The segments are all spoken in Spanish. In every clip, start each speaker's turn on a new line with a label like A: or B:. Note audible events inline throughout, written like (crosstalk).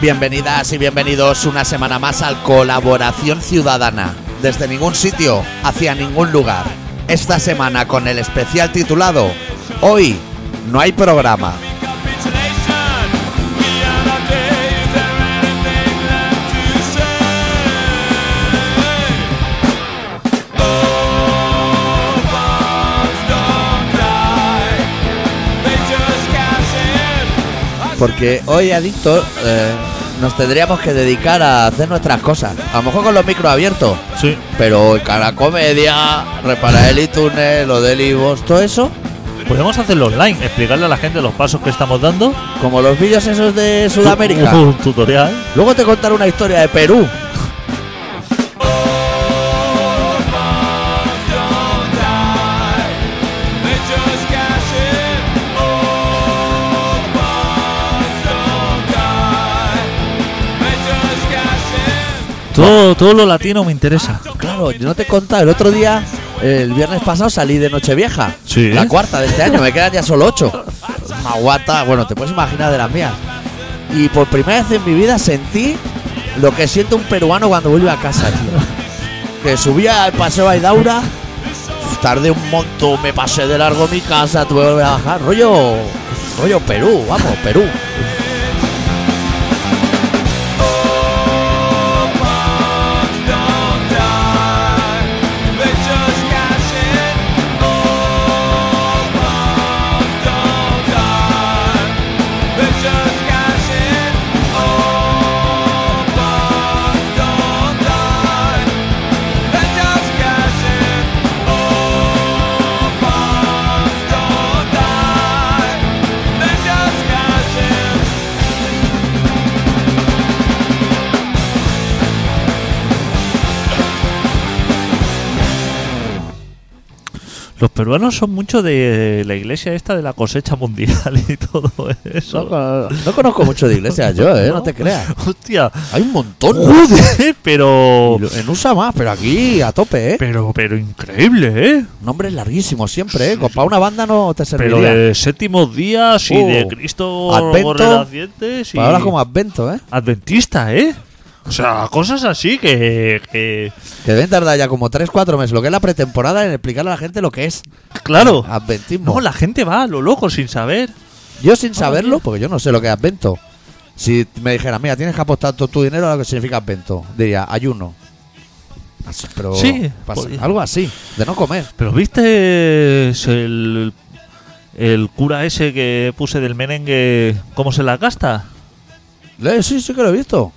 A: Bienvenidas y bienvenidos una semana más al Colaboración Ciudadana. Desde ningún sitio, hacia ningún lugar. Esta semana con el especial titulado Hoy no hay programa. Porque hoy, adicto, eh, nos tendríamos que dedicar a hacer nuestras cosas. A lo mejor con los micros abiertos.
B: Sí.
A: Pero en cada comedia, reparar el iTunes, lo del iVoox, todo eso.
B: Podemos Pues hacerlo online, explicarle a la gente los pasos que estamos dando.
A: Como los vídeos esos de Sudamérica.
B: Tu- Un tutorial.
A: Luego te contaré una historia de Perú.
C: Oh,
B: Todo, todo lo latino me interesa.
A: Claro, yo no te he contado. El otro día, el viernes pasado, salí de Nochevieja.
B: Sí.
A: La cuarta de este año. Me quedan ya solo ocho. Una guata, bueno, te puedes imaginar de las mías. Y por primera vez en mi vida sentí lo que siente un peruano cuando vuelve a casa, tío. Que subía al paseo Aidaura. Tardé un montón, me pasé de largo mi casa, tuve que volver a bajar. Rollo. Rollo Perú, vamos, Perú.
B: Los peruanos son mucho de la iglesia esta de la cosecha mundial y todo
A: No,
B: eso.
A: con- no conozco mucho de iglesias yo, ¿eh? No te creas.
B: Hostia.
A: Hay un montón.
B: Joder, (laughs) pero.
A: Y lo- En USA más, pero aquí a tope, ¿eh?
B: Pero, pero increíble, ¿eh?
A: Nombres larguísimos siempre, ¿eh? Para una banda no te serviría.
B: Pero de séptimos días y
A: Uh,
B: de Cristo
A: Advento,
B: gorre las dientes y.
A: Palabras como Advento, ¿eh?
B: Adventista, ¿eh? O sea, cosas así que- que
A: Que deben tardar ya como 3-4 meses, lo que es la pretemporada, en explicarle a la gente lo que es
B: claro.
A: Adventismo.
B: No, la gente va a lo loco sin saber.
A: Yo sin saberlo, porque yo no sé lo que es Advento. Si me dijera, mira, tienes que apostar todo tu dinero a lo que significa Advento, diría, ayuno. Así, Pero
B: Sí, pues-
A: pasa-
B: podría.
A: algo así, de no comer.
B: Pero viste el, el cura ese que puse del merengue, cómo se la gasta.
A: Eh, sí, sí que lo he visto.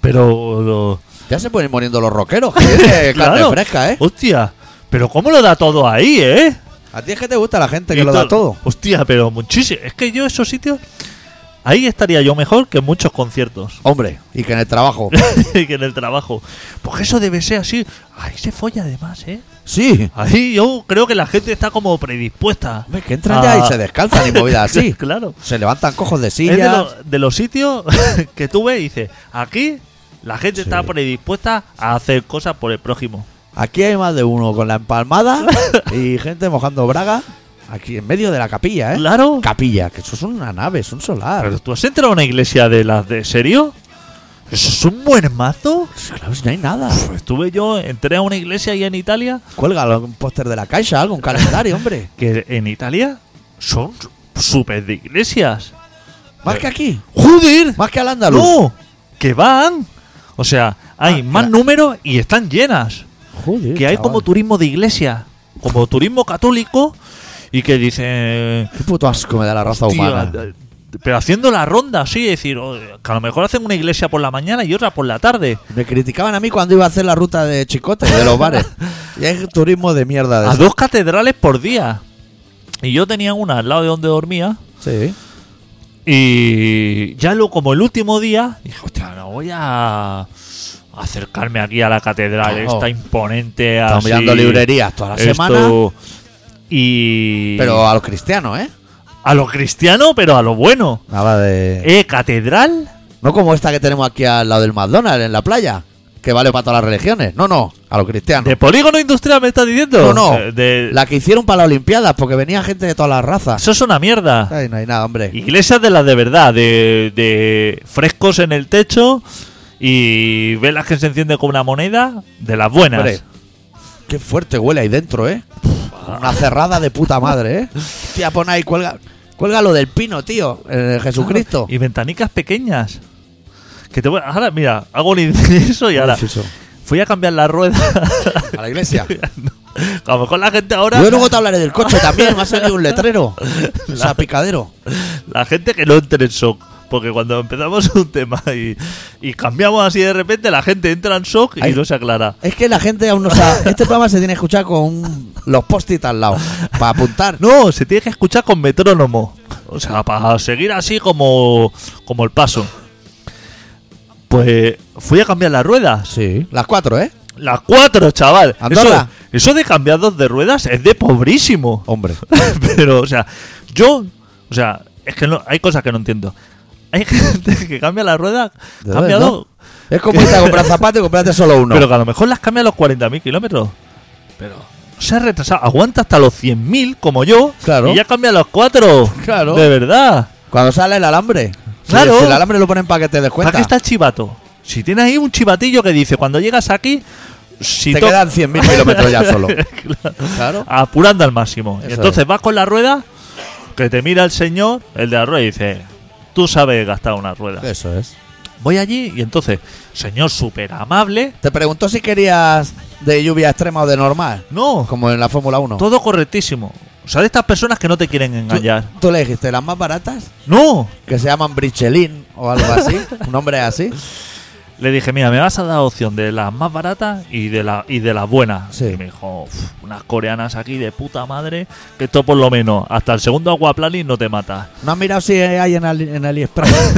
B: Pero. lo-
A: Ya se pueden ir muriendo los rockeros,
B: (laughs)
A: que es carne
B: claro.
A: fresca, ¿eh?
B: Hostia, pero cómo lo da todo ahí, ¿eh?
A: A ti es que te gusta la gente que
B: Y
A: lo da todo.
B: Hostia, pero muchísimo. Es que yo esos sitios. Ahí estaría yo mejor que en muchos conciertos. (laughs)
A: Hombre, y que en el trabajo.
B: que en el trabajo. Porque eso debe ser así. Ahí se folla además, ¿eh?
A: Sí.
B: Ahí yo creo que la gente está como predispuesta.
A: Hombre, que entran ya y
B: Ah.
A: se descalzan y movidas así.
B: (laughs) claro.
A: Se levantan cojos de
B: Es de,
A: silla.
B: lo- de los sitios (laughs) que tú ves, dices, aquí la gente está
A: Sí.
B: predispuesta a hacer cosas por el prójimo.
A: Aquí hay más de uno con la empalmada y gente mojando braga. Aquí en medio de la capilla, ¿eh?
B: Claro.
A: Capilla, que eso es una nave, es un solar.
B: Pero tú has entrado a una iglesia de las de serio. Eso es un buen mazo.
A: Claro, si no hay nada.
B: Pues estuve yo, entré a una iglesia ahí en Italia,
A: Cuelga algún póster de la caixa, algo, un calendario, hombre.
B: que en Italia son súper de iglesias.
A: Más que aquí,
B: ¡Joder!
A: más que al andaluz.
B: ¡No! ¡Que van! O sea, hay
A: Ah,
B: más
A: que-
B: números y están llenas.
A: Joder,
B: que hay
A: chaval.
B: como turismo de iglesia, como turismo católico, y que dicen.
A: Qué puto asco me da la raza
B: "Hostia,
A: humana.
B: eh, Pero haciendo la ronda, sí, es decir, "Oh, que a lo mejor hacen una iglesia por la mañana y otra por la tarde.
A: Me criticaban a mí cuando iba a hacer la ruta de chicote de los
B: (laughs)
A: bares. y hay turismo de mierda de
B: A
A: eso.
B: dos catedrales por día. Y yo tenía una al lado de donde dormía.
A: Sí.
B: Y ya lo, como el último día, dije, hostia, no voy a acercarme aquí a la catedral,
A: Claro.
B: esta imponente.
A: Estamos
B: así,
A: mirando librerías toda la
B: Ah, esto".
A: semana.
B: Y.
A: Pero a los cristianos, ¿eh?
B: A lo cristiano, pero a lo bueno.
A: Nada de.
B: Eh, catedral.
A: No como esta que tenemos aquí al lado del McDonald's en la playa. que vale para todas las religiones. No, no, a los cristianos.
B: ¿De polígono industrial me estás
A: No,
B: diciendo?
A: no.
B: Eh, De...
A: La que hicieron para las Olimpiadas, porque venía gente de todas las razas.
B: Eso es una mierda.
A: Ay, no hay nada, hombre.
B: Iglesias de las de verdad, de, de frescos en el techo y velas que se encienden con una moneda, de las buenas.
A: Hombre, Qué fuerte huele ahí dentro, ¿eh? Una cerrada de puta madre, ¿eh? Tía, pon ahí, cuelga, cuelga lo del pino, tío. eh, Jesucristo.
B: Y ventanicas pequeñas. Que te voy- ahora, mira, hago un inciso y ahora fui a cambiar la rueda. (laughs)
A: A la iglesia.
B: a lo mejor la gente ahora.
A: Yo luego te hablaré del coche también. Me ha salido un letrero.
B: (laughs)
A: O sea, picadero.
B: La gente que no entre en shock. Porque cuando empezamos (laughs) un tema y, y cambiamos así de repente, la gente entra en shock y
A: Ay.
B: no se aclara.
A: Es que la gente aún no
B: (laughs)
A: sabe. Este programa se tiene que escuchar con los post-it al lado. Para apuntar.
B: No, se tiene que escuchar con metrónomo. O sea, para seguir así como, como el paso. Pues fui a cambiar las ruedas.
A: Sí. Las cuatro, ¿eh?
B: Las cuatro, chaval. Eso,
A: Andorra.
B: eso de cambiar dos de ruedas es de pobrísimo. (laughs)
A: Hombre. (laughs)
B: Pero, o sea, yo, o sea, es que no, hay cosas que no entiendo. Hay (laughs) gente que cambia la rueda,
A: De
B: cambia
A: verdad,
B: dos,
A: Es como irte a comprar zapatos y comprarte solo uno.
B: pero que a lo mejor las cambia a los 40.000 kilómetros. Pero se ha retrasado, aguanta hasta los 100.000 como yo,
A: Claro.
B: y ya cambia a los 4.
A: Claro.
B: De verdad.
A: Cuando sale el alambre. Si-
B: Claro.
A: Si el alambre lo ponen para que te des cuenta.
B: ¿Para qué está el chivato? Si tienes ahí un chivatillo que dice, cuando llegas aquí, si
A: Te
B: to-
A: quedan 100.000 kilómetros ya
B: (laughs)
A: solo. Claro.
B: apurando al máximo. Y
A: Eso
B: entonces vas con la rueda, que te mira el señor, el de la rueda, y dice, tú sabes gastar una rueda.
A: Eso es.
B: Voy allí y entonces, señor súper amable,
A: Te preguntó si querías de lluvia extrema o de normal.
B: no,
A: Como en la Fórmula 1.
B: todo correctísimo. O sea, de estas personas que no te quieren
A: Tú-
B: engañar.
A: tú le dijiste las más baratas,
B: No,
A: que se llaman Brichelin o algo así. (laughs) un nombre así.
B: Le dije, mira, me vas a dar opción de las más baratas y de, la, y de las buenas.
A: Sí.
B: Y me dijo, "Uf, unas coreanas aquí de puta madre, que esto por lo menos, hasta el segundo aguaplaning no te mata.
A: ¿No has mirado si hay en, Ali- en AliExpress?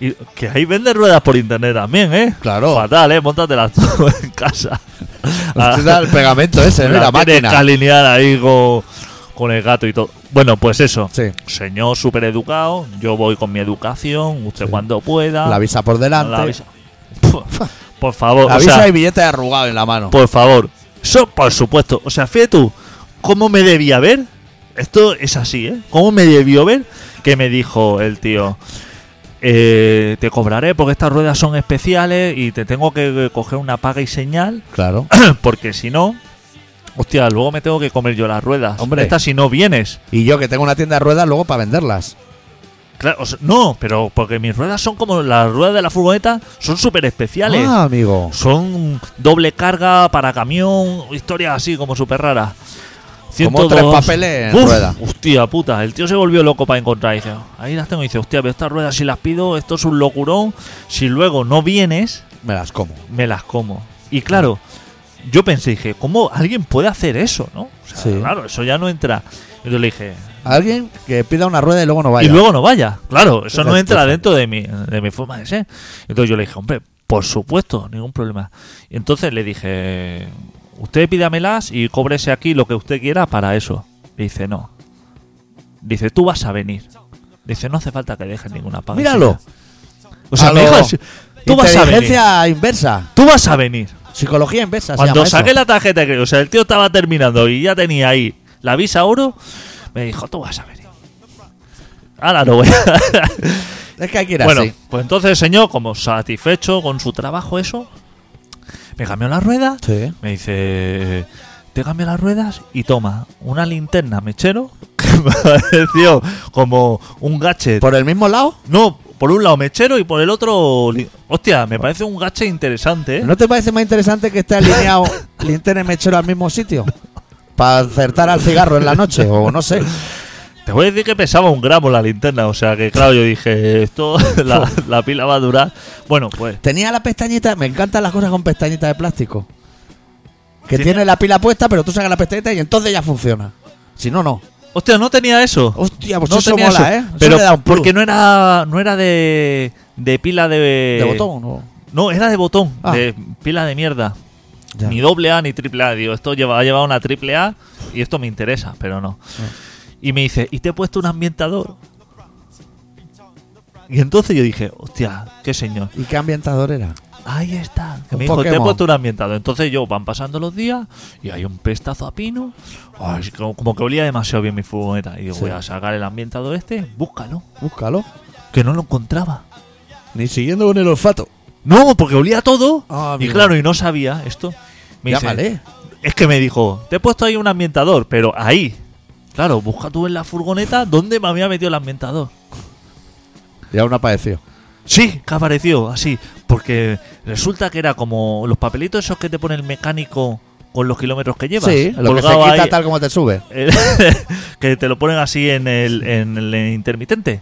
B: Y que ahí venden ruedas por internet también, ¿eh?
A: Claro. Pues
B: Fatal, ¿eh? Móntatelas (laughs) tú en casa. Ah.
A: Te da el pegamento ese, ¿no? Y la
B: Las tienes que
A: máquina.
B: alinear ahí con, con el gato y todo. Bueno, pues eso.
A: Sí.
B: Señor súper educado, yo voy con mi educación, usted
A: Sí.
B: cuando pueda.
A: La visa por delante.
B: Ah. La visa. (laughs) Por favor,
A: La
B: o
A: visa
B: sea,
A: y billete arrugado en la mano.
B: Por favor. Eso, por supuesto. O sea, fíjate tú, ¿cómo me debía ver? Esto es así, ¿eh? ¿Cómo me debió ver? Que me dijo el tío. eh, te cobraré porque estas ruedas son especiales y te tengo que eh, coger una paga y señal (clears throat)
A: Claro.
B: porque si no, hostia, luego me tengo que comer yo las ruedas.
A: Hombre.
B: Estas si no vienes.
A: Y yo que tengo una tienda de ruedas luego para venderlas.
B: Claro, o sea, no, pero porque mis ruedas son como las ruedas de la furgoneta, son súper especiales.
A: Ah, amigo.
B: Son doble carga para camión, historias así como súper raras.
A: Como
B: 102.
A: tres papeles en
B: Uf,
A: rueda.
B: Hostia puta, el tío se volvió loco para encontrar. Dice, ahí las tengo. Dice, hostia, pero estas ruedas si las pido, esto es un locurón. Si luego no vienes,
A: Me las como.
B: me las como. Y claro, yo pensé, dije, ¿cómo alguien puede hacer eso, no? O sea,
A: Sí.
B: claro, eso ya no entra. Entonces le dije,
A: Alguien que pida una rueda y luego no vaya.
B: y luego no vaya. Claro, eso
A: Esa
B: no
A: es
B: entra
A: cosa.
B: dentro de mi, de mi forma de ser. Entonces yo le dije, hombre, por supuesto, ningún problema. Y entonces le dije, usted pídamelas y cóbrese aquí lo que usted quiera para eso. Y dice, no. Dice, tú vas a venir. Dice, no hace falta que dejes ninguna paga.
A: Míralo.
B: O sea,
A: A
B: me
A: lo-
B: dijo así, tú vas a venir.
A: Inteligencia inversa.
B: Tú vas a venir.
A: Psicología inversa. se
B: Cuando
A: llama eso.
B: saqué la tarjeta, que, o sea, el tío estaba terminando y ya tenía ahí la visa oro, me dijo, tú vas a venir. Ahora no voy a... (laughs)
A: Es que hay que ir
B: Bueno,
A: así.
B: pues entonces el señor, como satisfecho con su trabajo, eso, me cambió las ruedas.
A: Sí.
B: Me dice, "Eh, te cambio las ruedas y toma una linterna mechero (laughs) que me pareció como un gadget.
A: ¿Por el mismo lado?
B: no, por un lado mechero y por el otro... li- Hostia, me parece un gadget interesante, ¿eh?
A: ¿No te parece más interesante que esté alineado (laughs) linterna y mechero al mismo sitio? Para acertar al cigarro en la noche, o no sé.
B: Te voy a decir que pesaba un gramo la linterna, o sea que claro, yo dije, esto, (laughs) la, la pila va a durar. Bueno, pues...
A: Tenía la pestañita, me encantan las cosas con pestañita de plástico. Que
B: Tiene-
A: tiene, la pila puesta, pero tú sacas la pestañita y entonces ya funciona. Si no, no.
B: Hostia, no tenía eso.
A: Hostia, pues
B: no
A: eso
B: tenía
A: mola,
B: eso.
A: ¿eh? Eso
B: Pero
A: le da un plus.
B: porque no era no era de, de pila de,
A: ¿De botón? o-
B: No, era de botón,
A: Ah.
B: de pila de mierda.
A: Ya.
B: Ni doble A ni triple A. Digo, esto lleva, ha llevado una triple A y esto me interesa, pero no.
A: Ah.
B: Y me dice, ¿y te he puesto un ambientador? Y entonces yo dije, hostia, qué señor.
A: ¿Y qué ambientador era?
B: Ahí está. Que
A: Un
B: me dijo, te he
A: Pokémon.
B: puesto un ambientado. Entonces yo van pasando los días y hay un pestazo a pino. Ay, es como, como que olía demasiado bien mi furgoneta. Y digo,
A: Sí.
B: voy a sacar el ambientado este, búscalo.
A: Búscalo.
B: Que no lo encontraba.
A: Ni siguiendo con el olfato.
B: No, porque olía todo.
A: Ah,
B: y
A: amigo.
B: claro, y no sabía esto. Me dice,
A: Llámale.
B: es que me dijo, te he puesto ahí un ambientador, pero ahí. Claro, busca tú en la furgoneta dónde me había metido el ambientador.
A: Y aún no apareció.
B: Sí, que apareció así. Porque resulta que era como los papelitos esos que te pone el mecánico con los kilómetros que llevas.
A: Sí, lo que se
B: colgado
A: quita
B: ahí, eh,
A: tal como te sube.
B: (laughs) que te lo ponen así en el, en el intermitente.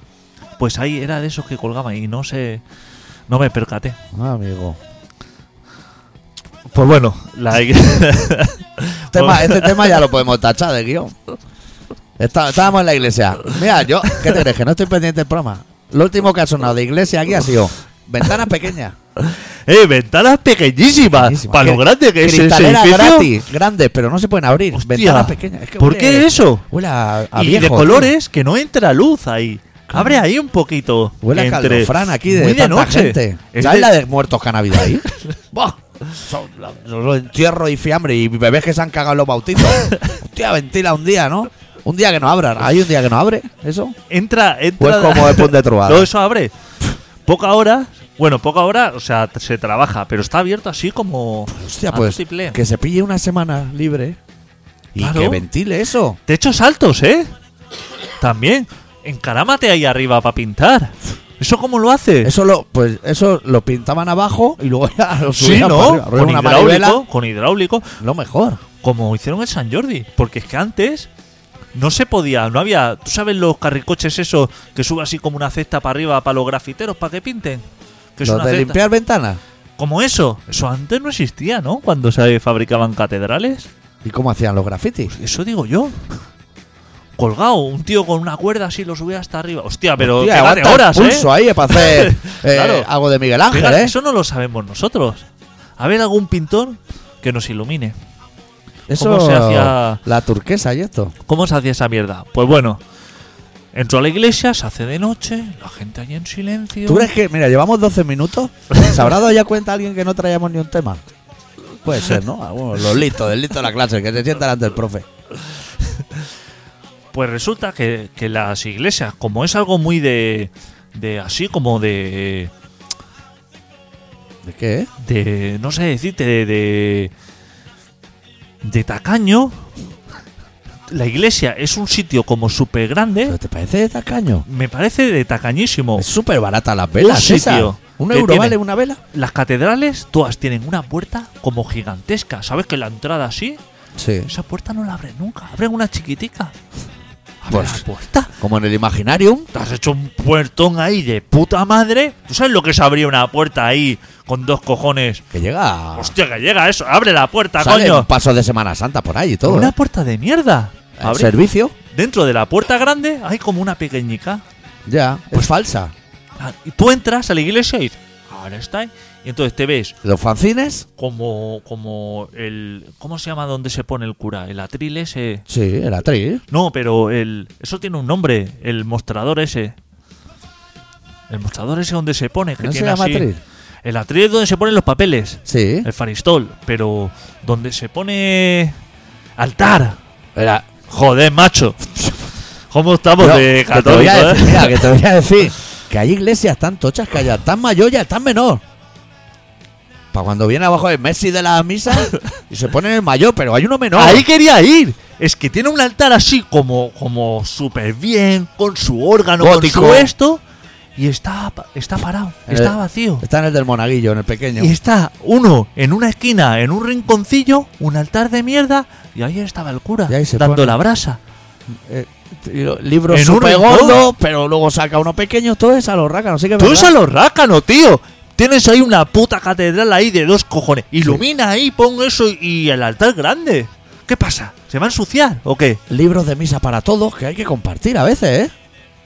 B: Pues ahí era de esos que colgaba y no sé. No me percaté.
A: Ah, amigo.
B: Pues bueno,
A: (laughs)
B: la. (laughs) Pues,
A: Tema- este tema ya lo podemos tachar de guión. Está- estábamos en la iglesia. Mira, yo, ¿qué te crees? Que no estoy pendiente del programa. Lo último que ha sonado de iglesia aquí ha sido ventanas pequeñas.
B: ¡Eh, ventanas pequeñísimas!
A: Buenísima.
B: Para lo
A: Cri-
B: grande que es ese
A: Cristaleras
B: edificio.
A: gratis, grandes, pero no se pueden abrir.
B: Hostia,
A: ventanas pequeñas. Es que
B: ¿Por
A: huele-
B: qué eso?
A: Huele a, a
B: y de
A: viejo,
B: colores que no entra luz ahí. Abre ahí un poquito.
A: tío. Huele a
B: entre-
A: caldofrán aquí de,
B: Muy
A: tanta
B: noche.
A: gente.
B: Es
A: ¿Sabes
B: de-
A: la de muertos que han habido
B: (laughs)
A: ahí?
B: Buah.
A: Son la- los entierros y fiambre y bebés que se han cagado en los
B: (laughs)
A: bautizos. Hostia, ventila un día, ¿no? Un día que no abran. ¿Hay un día que no abre? ¿Eso?
B: Entra, entra.
A: Pues
B: (laughs)
A: como de pun de trobada.
B: Todo eso abre. Poca hora. Bueno, poca hora, o sea, t- se trabaja, pero está abierto así como.
A: Hostia,
B: a
A: pues
B: tutti play.
A: que se pille una semana libre y
B: Claro.
A: que ventile eso.
B: Techos altos, ¿eh? También. Encarámate ahí arriba para pintar. ¿Eso cómo lo haces?
A: Eso lo, pues eso lo pintaban abajo y luego (laughs) ya lo
B: sí,
A: subían para
B: ¿no?
A: arriba. Arriba
B: Con
A: una
B: hidráulico,
A: manivela,
B: con hidráulico.
A: lo mejor.
B: como hicieron en San Jordi. Porque es que antes no se podía, no había. ¿Tú sabes los carricoches esos que sube así como una cesta para arriba para los grafiteros para que pinten? Que es
A: Lo
B: una
A: de
B: cesta-
A: limpiar ventanas.
B: Como eso. Eso antes no existía, ¿no? Cuando se fabricaban catedrales. Pues
A: ¿Y cómo hacían los grafitis?
B: Eso digo yo. Colgado, un tío con una cuerda así lo subía hasta arriba. Hostia, pero
A: Hostia,
B: quédate
A: aguanta el
B: horas,
A: pulso
B: ¿eh?
A: ahí eh, para
B: (laughs)
A: hacer eh,
B: Claro.
A: algo de Miguel Ángel,
B: Fíjate,
A: ¿eh?
B: Eso no lo sabemos nosotros. A ver algún pintor que nos ilumine.
A: Eso
B: se hacía?
A: la turquesa y esto.
B: ¿Cómo se hacía esa mierda? Pues bueno, entró a la iglesia, se hace de noche, la gente allí en silencio.
A: ¿Tú crees que, mira, llevamos 12
B: (laughs)
A: minutos? ¿Se habrá dado ya cuenta alguien que no traíamos ni un tema? Puede ser, ¿no? Algunos, los listos, el listo de la clase, que se sienta delante del profe.
B: Pues resulta que, que las iglesias, como es algo muy de. de así como de.
A: ¿De qué? eh?
B: de. no sé decirte, de. de, de tacaño. La iglesia es un sitio como súper grande.
A: ¿Pero te parece de tacaño?
B: Me parece de tacañísimo.
A: Es súper barata las velas,
B: Un
A: esa.
B: sitio
A: ¿Un
B: que
A: euro
B: tiene-
A: vale una vela?
B: Las catedrales todas tienen una puerta como gigantesca. ¿Sabes que la entrada así?
A: Sí.
B: Esa puerta no la abren nunca. Abren una chiquitica. Abre
A: Pues-
B: la puerta.
A: Como en el Imaginarium.
B: Te has hecho un puertón ahí de puta madre. ¿Tú sabes lo que es abrir una puerta ahí con dos cojones?
A: Que llega.
B: Hostia, que llega eso. Abre la puerta,
A: sale un
B: coño.
A: paso de Semana Santa por ahí y todo.
B: Una
A: ¿eh?
B: puerta de mierda.
A: El
B: Abre-
A: servicio.
B: Dentro de la puerta grande hay como una pequeñica.
A: Ya.
B: Pues-
A: es falsa.
B: Ah, Y tú entras a la iglesia y dices, ahora está. ahí". Y entonces te ves
A: Los fanzines.
B: como, como el. ¿Cómo se llama donde se pone el cura? El atril ese.
A: Sí, el atril.
B: No, pero el. Eso tiene un nombre, el mostrador ese. El mostrador ese donde se pone, que
A: ¿No se
B: tiene
A: llama
B: así-
A: atril?
B: El atril es donde se ponen los papeles.
A: Sí.
B: El faristol, pero donde se pone. Altar.
A: Era.
B: Joder, macho. (laughs) ¿Cómo estamos
A: No,
B: Pues de
A: que te voy a
B: católicos?
A: decir-
B: eh?
A: mira, que te voy a decir que hay iglesias tan tochas que allá tan mayorlas, tan menor. Para cuando viene abajo el Messi de la misa y se pone el mayor, pero hay uno menor.
B: Ahí quería ir. Es que tiene un altar así como, como súper bien, con su órgano,
A: Gótico.
B: con su esto. Y está, pa- está parado, está
A: Eh,
B: vacío.
A: Está en el del monaguillo, en el pequeño.
B: Y está uno en una esquina, en un rinconcillo, un altar de mierda, y ahí estaba el cura
A: Y ahí se
B: dando
A: pone.
B: la brasa.
A: Eh, tío, libros
B: En un
A: súper
B: rincón.
A: gordos, pero luego saca uno pequeño, todo es a los rácanos, sí que es
B: Tú
A: verdad.
B: es a los rácanos, tío. Tienes ahí una puta catedral ahí de dos cojones. Ilumina ahí, pon eso y el altar grande. ¿Qué pasa? ¿Se va a ensuciar o qué?
A: Libros de misa para todos que hay que compartir a veces, ¿eh?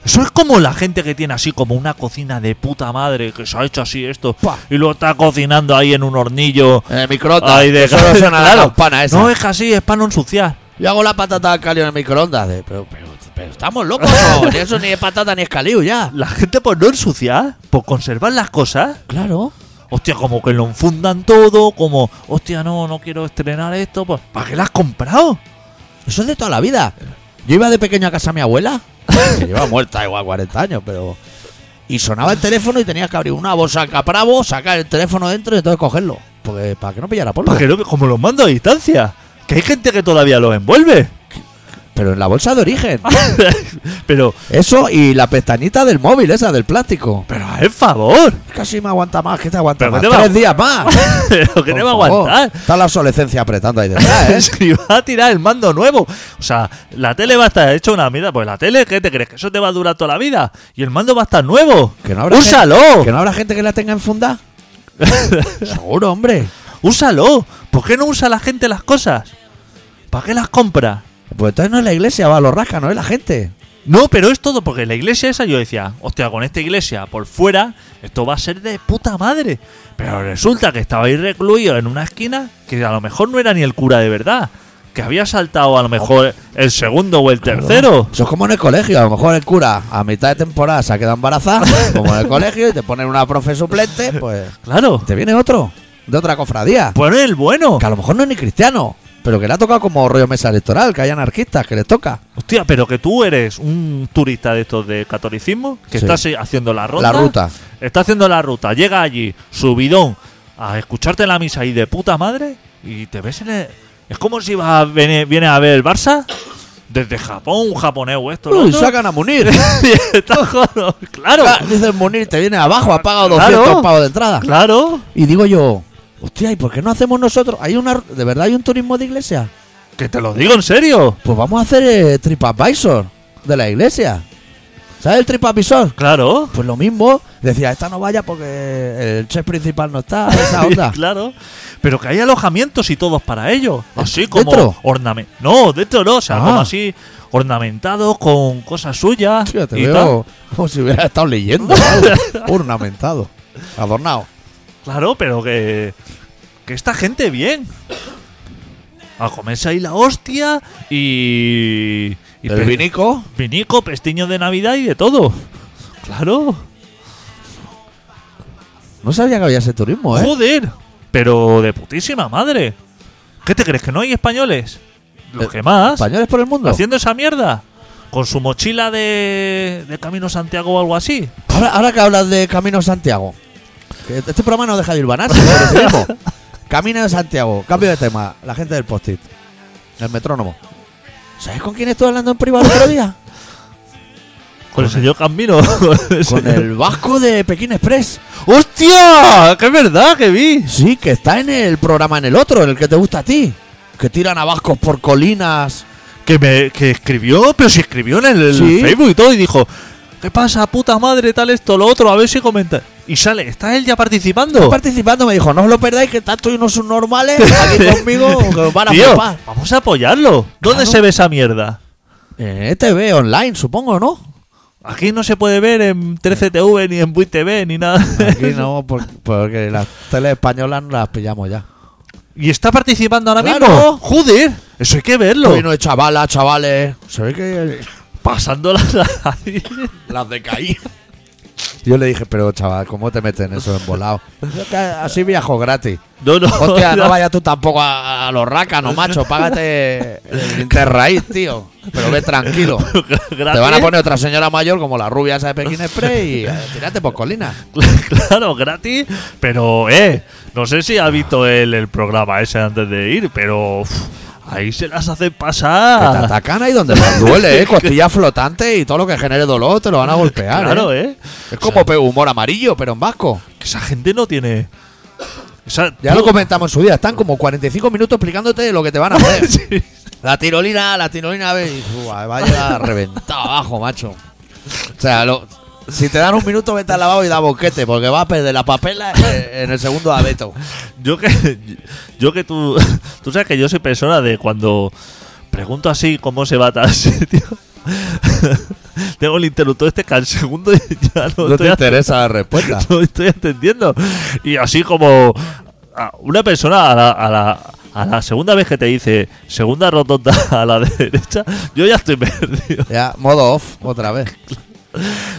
B: Eso es como la gente que tiene así como una cocina de puta madre que se ha hecho así esto
A: Pua.
B: y lo está cocinando ahí en un hornillo.
A: En el microondas.
B: Ay, de
A: que solo suena la
B: Claro.
A: campana esa.
B: No eh. es que así, es para no ensuciar.
A: Yo hago la patata al calio en el microondas. de, pero, pero, pero estamos locos, (laughs) ¿no? Ni eso ni es patata ni es caliu ya.
B: pues, La gente por no ensuciar, por conservar pues, las cosas,
A: Claro.
B: hostia, como que lo enfundan todo, como, hostia, no, no quiero estrenar esto, pues, ¿para qué la has comprado?
A: Eso es de toda la vida. Yo iba de pequeño a casa de mi abuela, que lleva muerta igual 40 años, pero. Y sonaba el teléfono y tenías que abrir una bolsa capravo, sacar el teléfono dentro y entonces cogerlo. Porque para que no pillara polvo.
B: Para que no- como los mando a distancia, que hay gente que todavía los envuelve.
A: Pero en la bolsa de origen.
B: pero,
A: Eso y la pestañita del móvil, esa, del plástico.
B: pero, a favor, (laughs)
A: Casi me aguanta más, que te aguanta
B: Pero
A: más.
B: que te va-
A: Tres días más.
B: pero que
A: Por
B: no va a
A: favor.
B: aguantar.
A: Está la obsolescencia apretando ahí detrás,
B: (laughs)
A: ¿eh?
B: Si va a tirar el mando nuevo. O sea, la tele va a estar hecha una mierda. Pues la tele, ¿qué te crees? ¿Que eso te va a durar toda la vida? Y el mando va a estar nuevo.
A: Que no habrá
B: ¡Úsalo!
A: ¿Que no habrá gente que la tenga enfundada? Seguro, hombre.
B: ¡Úsalo! ¿Por qué no usa la gente las cosas? ¿Para qué las compra?
A: Pues entonces no es la iglesia, va, lo rasca, no es la gente.
B: No, pero es todo, porque la iglesia esa yo decía, hostia, con esta iglesia por fuera, esto va a ser de puta madre. Pero resulta que estaba ahí recluido en una esquina que a lo mejor no era ni el cura de verdad, que había saltado a lo mejor el segundo o el tercero.
A: Eso es como en el colegio, a lo mejor el cura a mitad de temporada se ha quedado embarazada, como en el colegio, y te ponen una profe suplente, pues
B: Claro.
A: te viene otro, de otra cofradía,
B: Pues el bueno.
A: que a lo mejor no es ni cristiano, pero que le ha tocado como rollo mesa electoral, que hay anarquistas que les toca.
B: Hostia, pero que tú eres un turista de estos de catolicismo, que
A: Sí.
B: estás eh, haciendo la ruta.
A: La ruta.
B: Está haciendo la ruta, llega allí, subidón, a escucharte la misa y de puta madre, y te ves en el... Es como si vas a venir- vienes a ver el Barça desde Japón, un japonés o esto. lo
A: Uy,
B: otro.
A: sacan a Munir.
B: (laughs) Y está jodido, claro,
A: Ah, Dice Munir, te viene abajo, ha pagado
B: Claro.
A: 200 pavos de entrada.
B: claro.
A: Y digo yo, hostia, ¿y por qué no hacemos nosotros? ¿Hay una, ¿De verdad hay un turismo de iglesia?
B: Que te lo digo en serio.
A: Pues vamos a hacer eh, TripAdvisor de la iglesia. ¿Sabes el TripAdvisor?
B: Claro.
A: Pues lo mismo, decía, esta no vaya porque el chef principal no está,
B: (laughs)
A: esa Ah, onda.
B: claro. Pero que hay alojamientos y todos para ellos. Así como
A: ¿Dentro?
B: ornamen- No, dentro no, o sea,
A: Ah.
B: como así ornamentados con cosas suyas.
A: Tío, te
B: y tal.
A: veo como si hubiera estado leyendo, algo. ornamentado, adornado.
B: Claro, pero que. Que esta gente bien. A comerse ahí la hostia y. y
A: el
B: pe-
A: vinico,
B: Vinico, pestiño de Navidad y de todo. Claro.
A: no sabía que había ese turismo, ¿eh?
B: Joder. Pero de putísima madre. ¿Qué te crees? ¿Que no hay españoles?
A: Eh,
B: Los que más.
A: Españoles por el mundo.
B: haciendo esa mierda con su mochila de, de Camino Santiago o algo así.
A: Ahora, ahora que hablas de Camino Santiago, que este programa no deja de urbanarse, pero seguimos. Camino de Santiago, cambio de tema, la gente del post-it, el metrónomo. ¿Sabes con quién estoy hablando en privado el otro día?
B: Con el señor Camino. Con el
A: Con
B: señor-
A: el vasco de Pekín Express.
B: (laughs) ¡Hostia! ¡Que es verdad que vi!
A: Sí, que está en el programa, en el otro, en el que te gusta a ti. Que tiran a vascos por colinas.
B: Que me que escribió, pero si escribió en el, el
A: Sí.
B: Facebook y todo y dijo, ¿qué pasa, puta madre, tal esto, lo otro? A ver si comenta. Y sale, ¿está él ya participando?
A: Participando me dijo, no os lo perdáis, que tanto y unos subnormales aquí conmigo que os van a
B: Tío,
A: flipar.
B: vamos a apoyarlo. ¿Dónde
A: Claro.
B: se ve esa mierda?
A: En ETV Eh, online, supongo, ¿no?
B: Aquí no se puede ver en 13TV ni en Buit TV ni nada.
A: Aquí no, por- porque las teles españolas no las pillamos ya.
B: (laughs) ¿Y está participando ahora
A: Claro.
B: mismo? ¡Joder! Eso hay que verlo.
A: Vino de chavalas, chavales. Se ve que
B: pasándolas ahí.
A: las decaí. Yo le dije, pero chaval, ¿cómo te meten eso en volado? Yo que Así viajo gratis.
B: No, no.
A: Hostia, no
B: (laughs)
A: vayas tú tampoco a, a los rácanos, macho. Págate el Interraíz, tío. Pero ve tranquilo. Te van a poner otra señora mayor como la rubia esa de Pekín Express y eh, tírate por colina.
B: Claro, gratis. Pero, eh, no sé si ha visto él el programa ese antes de ir, pero uf, ahí se las hacen
A: Que te
B: pasar.
A: atacan ahí donde más duele, ¿eh? Costilla flotante y todo lo que genere dolor te lo van a golpear.
B: Claro,
A: ¿eh?
B: eh.
A: Es como pe- humor amarillo, pero en vasco.
B: Que esa gente no tiene. esa-
A: Ya lo
B: tú-
A: comentamos en su día. Están como 45 minutos explicándote lo que te van a
B: (laughs)
A: hacer.
B: (laughs) Sí.
A: La tirolina, la tirolina, ve, y, ua, vaya reventado abajo, macho. O sea, lo- si te dan un minuto, vete al lavabo y da boquete, porque vas a perder la papela eh, en el segundo
B: (laughs)
A: abeto.
B: Yo que, yo que tú, (laughs) tú sabes que yo soy persona de cuando pregunto así cómo se va tal sitio. (laughs) Tengo el interruptor este que al segundo (laughs) ya no, estoy, a-
A: interesa la respuesta.
B: (laughs) no estoy entendiendo. Y así como a una persona a la, a la- a la segunda vez que te dice segunda rotonda (laughs) a la derecha, yo ya estoy (laughs) perdido.
A: Ya, modo off, otra vez.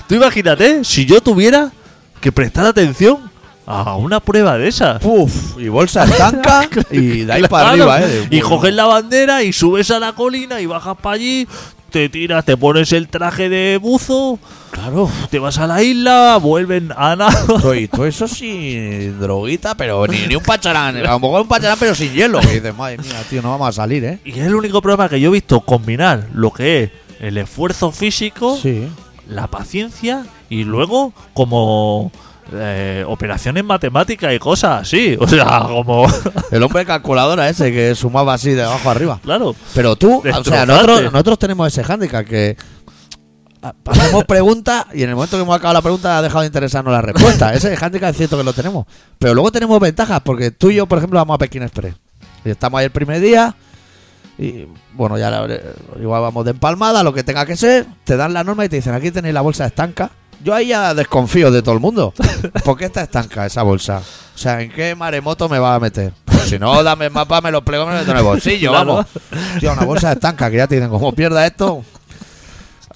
B: Tú imagínate si yo tuviera que prestar atención a una prueba de esas.
A: Puf, y bolsa estanca y de ahí para
B: (laughs) Claro.
A: arriba, ¿eh?
B: Y coges la bandera y subes a la colina y bajas para allí, te tiras, te pones el traje de buzo,
A: Claro.
B: te vas a la isla, vuelven a nada.
A: Todo, y todo eso sin droguita, pero ni, ni un pacharán. A lo mejor un pacharán, pero sin hielo. Que dices, madre mía, tío, no vamos a salir, ¿eh?
B: Y es el único programa que yo he visto combinar lo que es el esfuerzo físico,
A: Sí.
B: la paciencia y luego como eh, operaciones matemáticas y cosas así. O sea, como... (laughs)
A: El hombre calculadora ese que sumaba así de abajo arriba.
B: claro.
A: Pero tú, o sea,
B: Destrozarte.
A: nosotros, nosotros tenemos ese handicap que Ah, hacemos preguntas y en el momento que hemos acabado la pregunta ha dejado de interesarnos la respuesta. Ese handicap es cierto que lo tenemos. Pero luego tenemos ventajas porque tú y yo, por ejemplo, vamos a Pekín Express. Y estamos ahí el primer día y, bueno, ya la- igual vamos de empalmada, lo que tenga que ser. Te dan la norma y te dicen, aquí tenéis la bolsa estanca. Yo ahí ya desconfío de todo el mundo. ¿Por qué está estanca esa bolsa? O sea, ¿en qué maremoto me va a meter? Pues si no, dame el mapa, me lo plego, me lo meto en el bolsillo,
B: Claro.
A: vamos. Tío, una bolsa de estanca que ya tienen. Como pierda esto,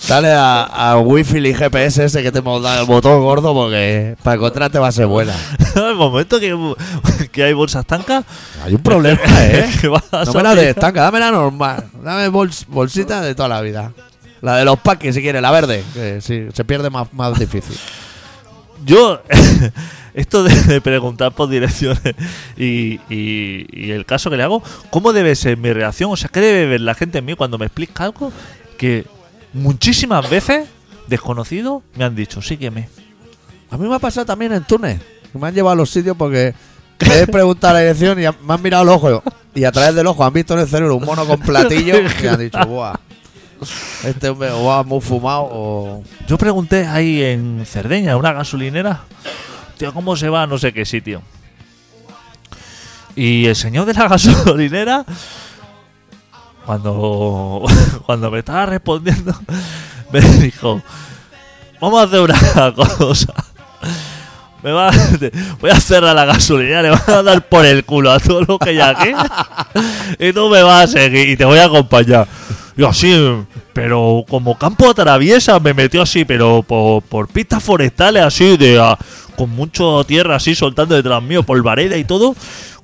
A: dale a, a wifi y GPS ese que te hemos dado el botón gordo porque para encontrarte va a ser buena.
B: (laughs) el momento que, que hay bolsas tancas,
A: Hay un problema, ¿eh?
B: (laughs) que vas a
A: No me la
B: salir-
A: de estanca, dame la normal. Dame bols- bolsita de toda la vida. La de los paques, si quieres, la verde. Que sí, se pierde más, más difícil.
B: Yo, (laughs) esto de, de preguntar por direcciones y, y- y el caso que le hago, ¿cómo debe ser mi reacción? O sea, ¿qué debe ver la gente en mí cuando me explica algo que muchísimas veces desconocidos me han dicho, sígueme?
A: A mí me ha pasado también en Túnez. que Me han llevado a los sitios porque he preguntado la dirección y ha- me han mirado el ojo. Y a través del ojo han visto en el cerebro un mono con platillo que han dicho, ¡buah! Este hombre o va muy fumado o...
B: Yo pregunté ahí en Cerdeña, en una gasolinera, tío, ¿cómo se va a no sé qué sitio? Y el señor de la (laughs) gasolinera, cuando, (laughs) cuando me estaba respondiendo, (laughs) me dijo, vamos a hacer una (laughs) cosa. Me (laughs) va, voy a cerrar la gasolinera, le van a dar por el culo a todo lo que hay aquí. (laughs) Y tú me vas a seguir y te voy a acompañar. Yo así, pero como campo atraviesa, me metió así, pero por, por pistas forestales así, de a- con mucho tierra así soltando detrás mío, polvareda y todo,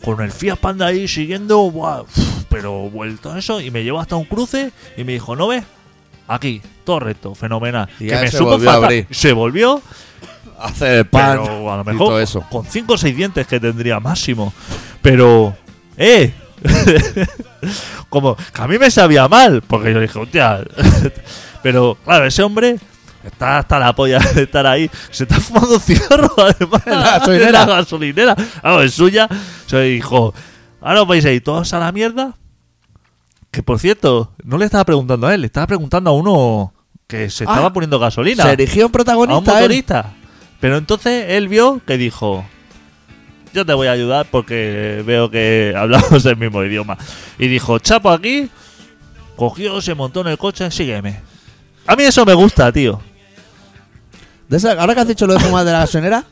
B: con el Fiat Panda ahí siguiendo, buah, uf, pero vuelto a eso, y me llevó hasta un cruce y me dijo, ¿no ves? Aquí, todo recto, fenomenal.
A: Y
B: que
A: ya
B: me
A: se
B: supo
A: volvió a
B: fatal.
A: abrir.
B: Se volvió,
A: Hace el pan
B: pero a lo
A: y todo
B: mejor
A: eso.
B: con 5 o 6 dientes que tendría máximo. Pero, ¡eh! (laughs) Como que a mí me sabía mal, porque yo dije, hostia. (laughs) Pero, claro, ese hombre está hasta la polla de estar ahí. Se está fumando un cigarro, (laughs) además.
A: En la gasolinera.
B: En la gasolinera. Claro, es suya. Se dijo, ahora os vais a ir todos a la mierda. Que por cierto, no le estaba preguntando a él, le estaba preguntando a uno que se
A: Ah,
B: estaba poniendo gasolina
A: Se erigió en
B: a un
A: protagonista él.
B: motorista. Pero entonces él vio que dijo, yo te voy a ayudar porque veo que (laughs) hablamos el mismo idioma. Y dijo, chapo aquí, cogió, se montó en el coche, sígueme. A mí eso me gusta, tío.
A: De esa- ahora que has dicho lo de fumar de la gasolinera,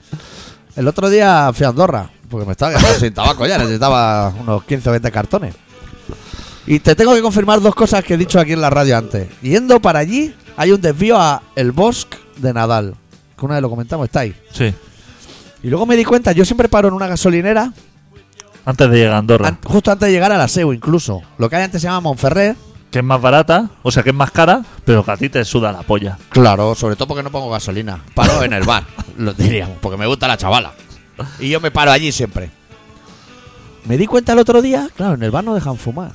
A: el otro día fui a Andorra, porque me estaba quedando sin tabaco ya, necesitaba unos 15 o 20 cartones. Y te tengo que confirmar dos cosas que he dicho aquí en la radio antes. Yendo para allí, hay un desvío a El Bosque de Nadal, que una vez lo comentamos, está ahí.
B: Sí.
A: Y luego me di cuenta, yo siempre paro en una gasolinera,
B: Antes de llegar a Andorra.
A: an- justo antes de llegar a la SEU incluso. Lo que hay antes se llama Monferrer.
B: que es más barata, o sea, que es más cara, pero que a ti te suda la polla.
A: Claro, sobre todo porque no pongo gasolina. Paro en el (laughs) bar, lo diríamos, porque me gusta la chavala. Y yo me paro allí siempre. Me di cuenta el otro día, claro, en el bar no dejan fumar.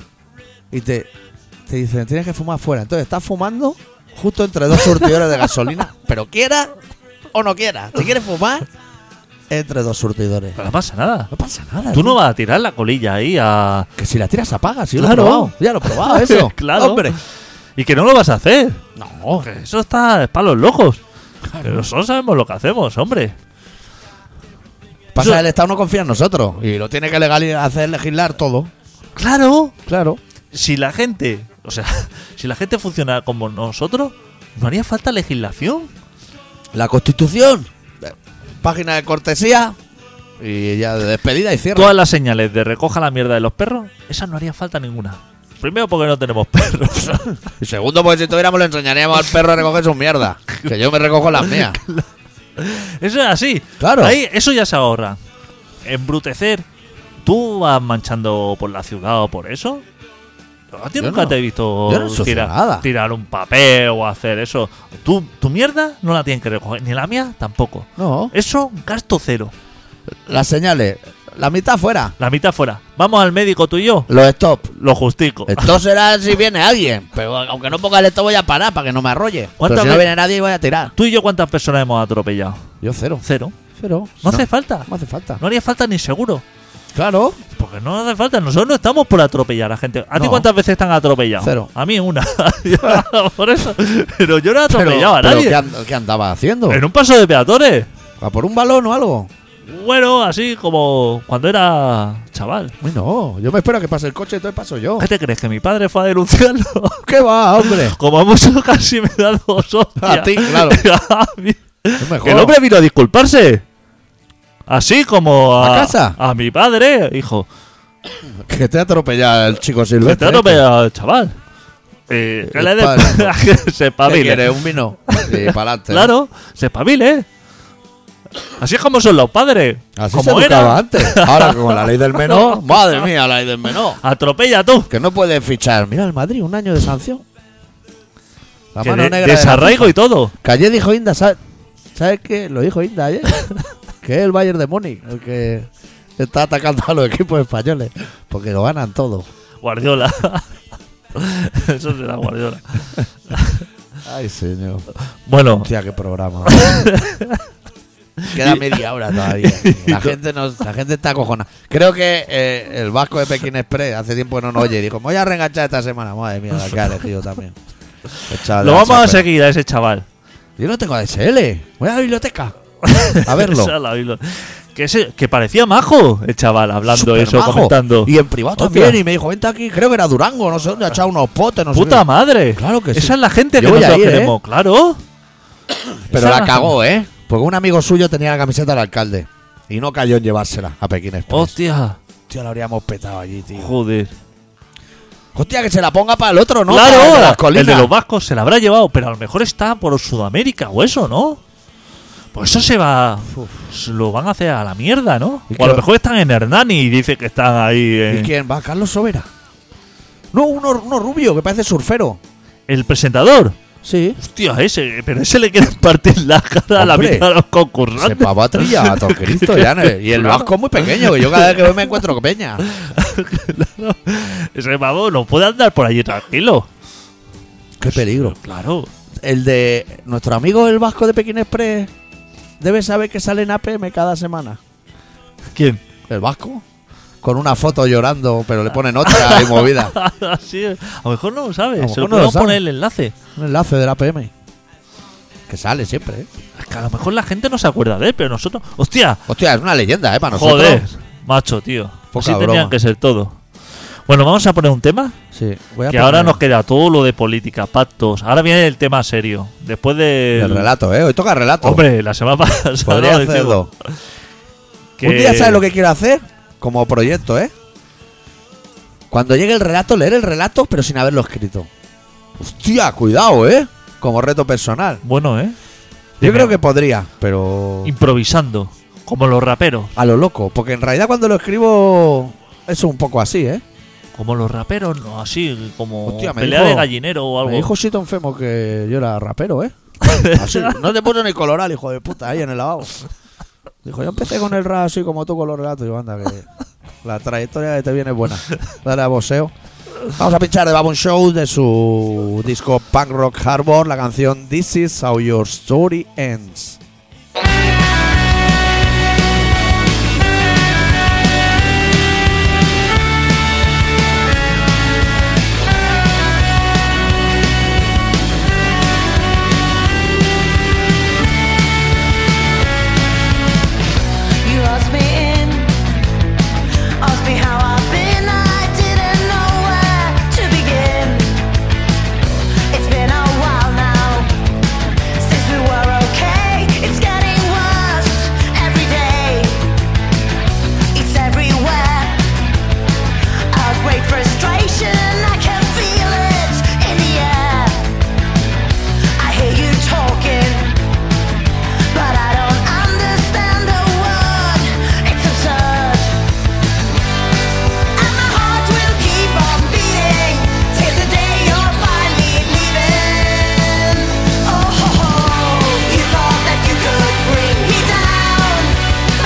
A: Y te, te dicen, tienes que fumar fuera. Entonces estás fumando justo entre dos surtidores de gasolina. (laughs) Pero quieras o no quieras. Si quieres fumar, entre dos surtidores.
B: Pero no pasa nada.
A: No pasa nada.
B: Tú
A: tío.
B: no vas a tirar la colilla ahí a...
A: Que si la tiras apagas, sí,
B: Claro.
A: lo he probado. Ya lo he (laughs) probado, (laughs) eso.
B: (laughs) Claro.
A: Hombre.
B: Y que no lo vas a hacer.
A: No,
B: Que Eso está es para los locos. Pero nosotros sabemos lo que hacemos, hombre.
A: pasa el Estado no confía en nosotros. Y lo tiene que legali- hacer legislar todo.
B: Claro,
A: Claro.
B: si la gente, o sea, (laughs) si la gente funcionara como nosotros, no haría falta legislación.
A: La Constitución. eh, Página de cortesía. Y ya de despedida y cierre.
B: Todas las señales de recoja la mierda de los perros, esas no haría falta ninguna. Primero porque no tenemos perros. (laughs)
A: Y segundo, porque si tuviéramos le enseñaríamos al perro a recoger sus mierdas. Que yo me recojo las mías.
B: eso es así.
A: Claro.
B: Ahí eso ya se ahorra. embrutecer. ¿Tú vas manchando por la ciudad o por eso? Yo a ti
A: Yo
B: nunca
A: no.
B: te he visto
A: Yo no ensucio
B: tira-
A: nada.
B: tirar un papel o hacer eso. Tú, tu mierda no la tienen que recoger, ni la mía tampoco.
A: (laughs) No.
B: Eso, gasto cero.
A: Las señales, la mitad fuera.
B: La mitad fuera. Vamos al médico tú y yo.
A: Los stop.
B: Lo justico.
A: Esto será si viene alguien. Pero aunque no ponga el stop, voy a parar para que no me arrolle. Pero
B: ¿Cuántas
A: si no
B: veces-
A: viene nadie, voy a tirar.
B: ¿Tú y yo cuántas personas hemos atropellado?
A: Yo cero.
B: Cero.
A: Cero.
B: No, hace falta.
A: No hace falta.
B: No haría falta ni seguro.
A: Claro.
B: Porque no hace falta. Nosotros no estamos por atropellar a gente. ¿A ti
A: No.
B: cuántas veces están atropellados?
A: Cero.
B: A mí una. (laughs) Yo- por eso. Pero yo no he
A: Pero,
B: atropellado a
A: pero
B: nadie.
A: ¿qué, and- qué andaba haciendo?
B: en un paso de peatones.
A: ¿A por un balón o algo?
B: Bueno, así como cuando era chaval.
A: Uy, no. Yo me espero a que pase el coche y todo paso yo.
B: ¿Qué te crees? ¿Que mi padre fue a denunciarlo? (laughs)
A: ¿Qué va, hombre?
B: Como a mucho casi me da dos hostias.
A: A
B: (laughs)
A: ti, claro.
B: A mí.
A: Es mejor.
B: Que el hombre vino a disculparse. Así como a,
A: ¿A casa?
B: a mi padre, hijo.
A: Que te atropella el chico
B: Que
A: silvestre. este.
B: te ha atropellado el chaval. Eh, que
A: El
B: le dé-
A: padre.
B: (laughs) que se
A: ¿Qué
B: espabile.
A: quieres? eh? ¿Un vino? Sí,
B: (laughs)
A: para adelante.
B: Claro, se espabile. Así es como son los padres.
A: Así se
B: como
A: educaba
B: era.
A: antes. Ahora con la ley del
B: (laughs)
A: menor. Madre mía, la ley del menor.
B: Atropella tú.
A: Que no puede fichar. Mira el Madrid, un año de sanción. La
B: Que
A: mano
B: de-
A: negra. de la
B: desarraigo
A: FIFA.
B: y todo.
A: Que ayer dijo Inda, ¿sabes? ¿Sabes qué? Lo dijo Inda
B: (laughs)
A: ayer. que es el Bayern de Múnich, el que está atacando a los equipos españoles. Porque lo ganan todo.
B: Guardiola. (laughs) Eso será Guardiola.
A: Ay, señor.
B: Bueno,
A: Hostia, qué
B: (laughs)
A: programa. Queda media hora
B: (laughs)
A: todavía. La gente, nos, la gente está cojonada. Creo que eh, el vasco de Pekín Express hace tiempo que no nos oye. Dijo, me voy a reenganchar esta semana. Madre mía, la que ha elegido también. Echado de
B: lo
A: la
B: vamos a
A: chapela.
B: seguir a ese chaval.
A: Yo no tengo ASL. Voy a la biblioteca. A verlo.
B: (laughs) Esa la vi- lo- que, ese- que parecía majo el chaval hablando
A: Súper
B: eso,
A: majo.
B: comentando.
A: Y en privado
B: Hostia.
A: también. Y me dijo, vente aquí. Creo que era Durango. No sé dónde ha echado unos potes. No sé
B: ¡Puta
A: qué".
B: madre!
A: Claro que sí.
B: Esa es la gente
A: Yo
B: que
A: voy a
B: nosotros
A: ir, ¿eh?
B: queremos, claro.
A: Pero
B: esa
A: la
B: la-
A: cagó, ¿eh? Porque un amigo suyo tenía la camiseta del alcalde. Y no cayó en llevársela a Pekín Express.
B: Hostia,
A: Hostia, la habríamos petado allí, tío.
B: joder.
A: Hostia, que se la ponga para el otro, ¿no?
B: claro,
A: Para el de las
B: el
A: colinas.
B: de los vascos se la habrá llevado, pero a lo mejor está por Sudamérica o eso, ¿no? Pues eso se va. se Lo van a hacer a la mierda, ¿no?
A: ¿Y
B: O a lo
A: qué-
B: mejor están en Hernani y dice que están ahí.
A: ¿Y
B: en-
A: quién va? Carlos Sobera. No, uno, uno rubio que parece surfero.
B: El presentador.
A: Sí.
B: Hostia, ese, pero ese le quieren partir la cara a la
A: Hombre,
B: mitad de los
A: Se
B: concursantes.
A: pavo a trilla, a Torqueristo, ya. ¿no? Y el vasco es muy pequeño, que yo cada vez que voy me encuentro con Peña.
B: Ese pavo no puede andar por allí tranquilo.
A: Qué peligro.
B: Claro.
A: El de nuestro amigo el vasco de Pekín Express debe saber que sale en APM cada semana.
B: ¿Quién? (laughs)
A: El vasco. Con una foto llorando, pero le ponen otra y movida.
B: Así es. A lo mejor no lo
A: A
B: sabe.
A: lo
B: Se lo
A: mejor no lo
B: podemos poner
A: sabe.
B: el enlace.
A: (laughs) Un enlace del APM. Que sale siempre, ¿eh?
B: Es que a lo mejor la gente no se acuerda de él, pero nosotros. ¡Hostia!
A: Hostia, es una leyenda, ¿eh? Para nosotros.
B: Joder, macho, tío.
A: Poca
B: Así
A: broma.
B: tendrían que ser todo. Bueno, vamos a poner un tema.
A: Sí, voy a
B: Que ahora
A: poner
B: nos queda todo lo de política, pactos. Ahora viene el tema serio. Después de.
A: El relato, ¿eh? Hoy toca relato.
B: Hombre, la semana (laughs) pasada.
A: Podría
B: decimos
A: hacerlo.
B: que-
A: Un día sabes lo que quiero hacer como proyecto, ¿eh? Cuando llegue el relato, leer el relato, pero sin haberlo escrito. Hostia, cuidado, ¿eh? Como reto personal.
B: Bueno, ¿eh?
A: Yo
B: Dime.
A: creo que podría, pero
B: Improvisando. Como los raperos.
A: a lo loco, porque en realidad cuando lo escribo es un poco así, ¿eh?
B: Como los raperos, no así. Como
A: Hostia, me
B: pelea
A: dijo-
B: de gallinero o algo.
A: Me dijo Sito Femo que yo era rapero,
B: (laughs)
A: ¿eh? Así, no te puso ni coloral, hijo de puta, ahí en el lavabo. Dijo, yo empecé con el rap así como tú con los relatos. Digo, anda, que la trayectoria que te viene es buena. Dale a boxeo. Vamos a pinchar de Babon Show de su disco Punk Rock Harbor, la canción This Is How Your Story Ends.
D: You asked me in, asked me how I've been. I didn't know where to begin. It's been a while now since we were okay.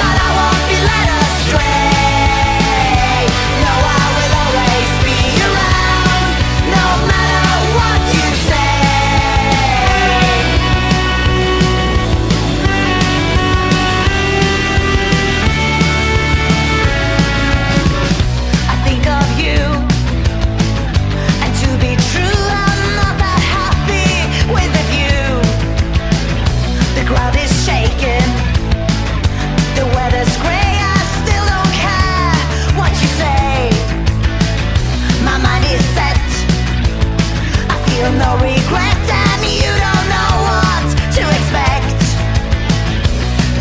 D: Oh, feel no regret and you don't know what to expect.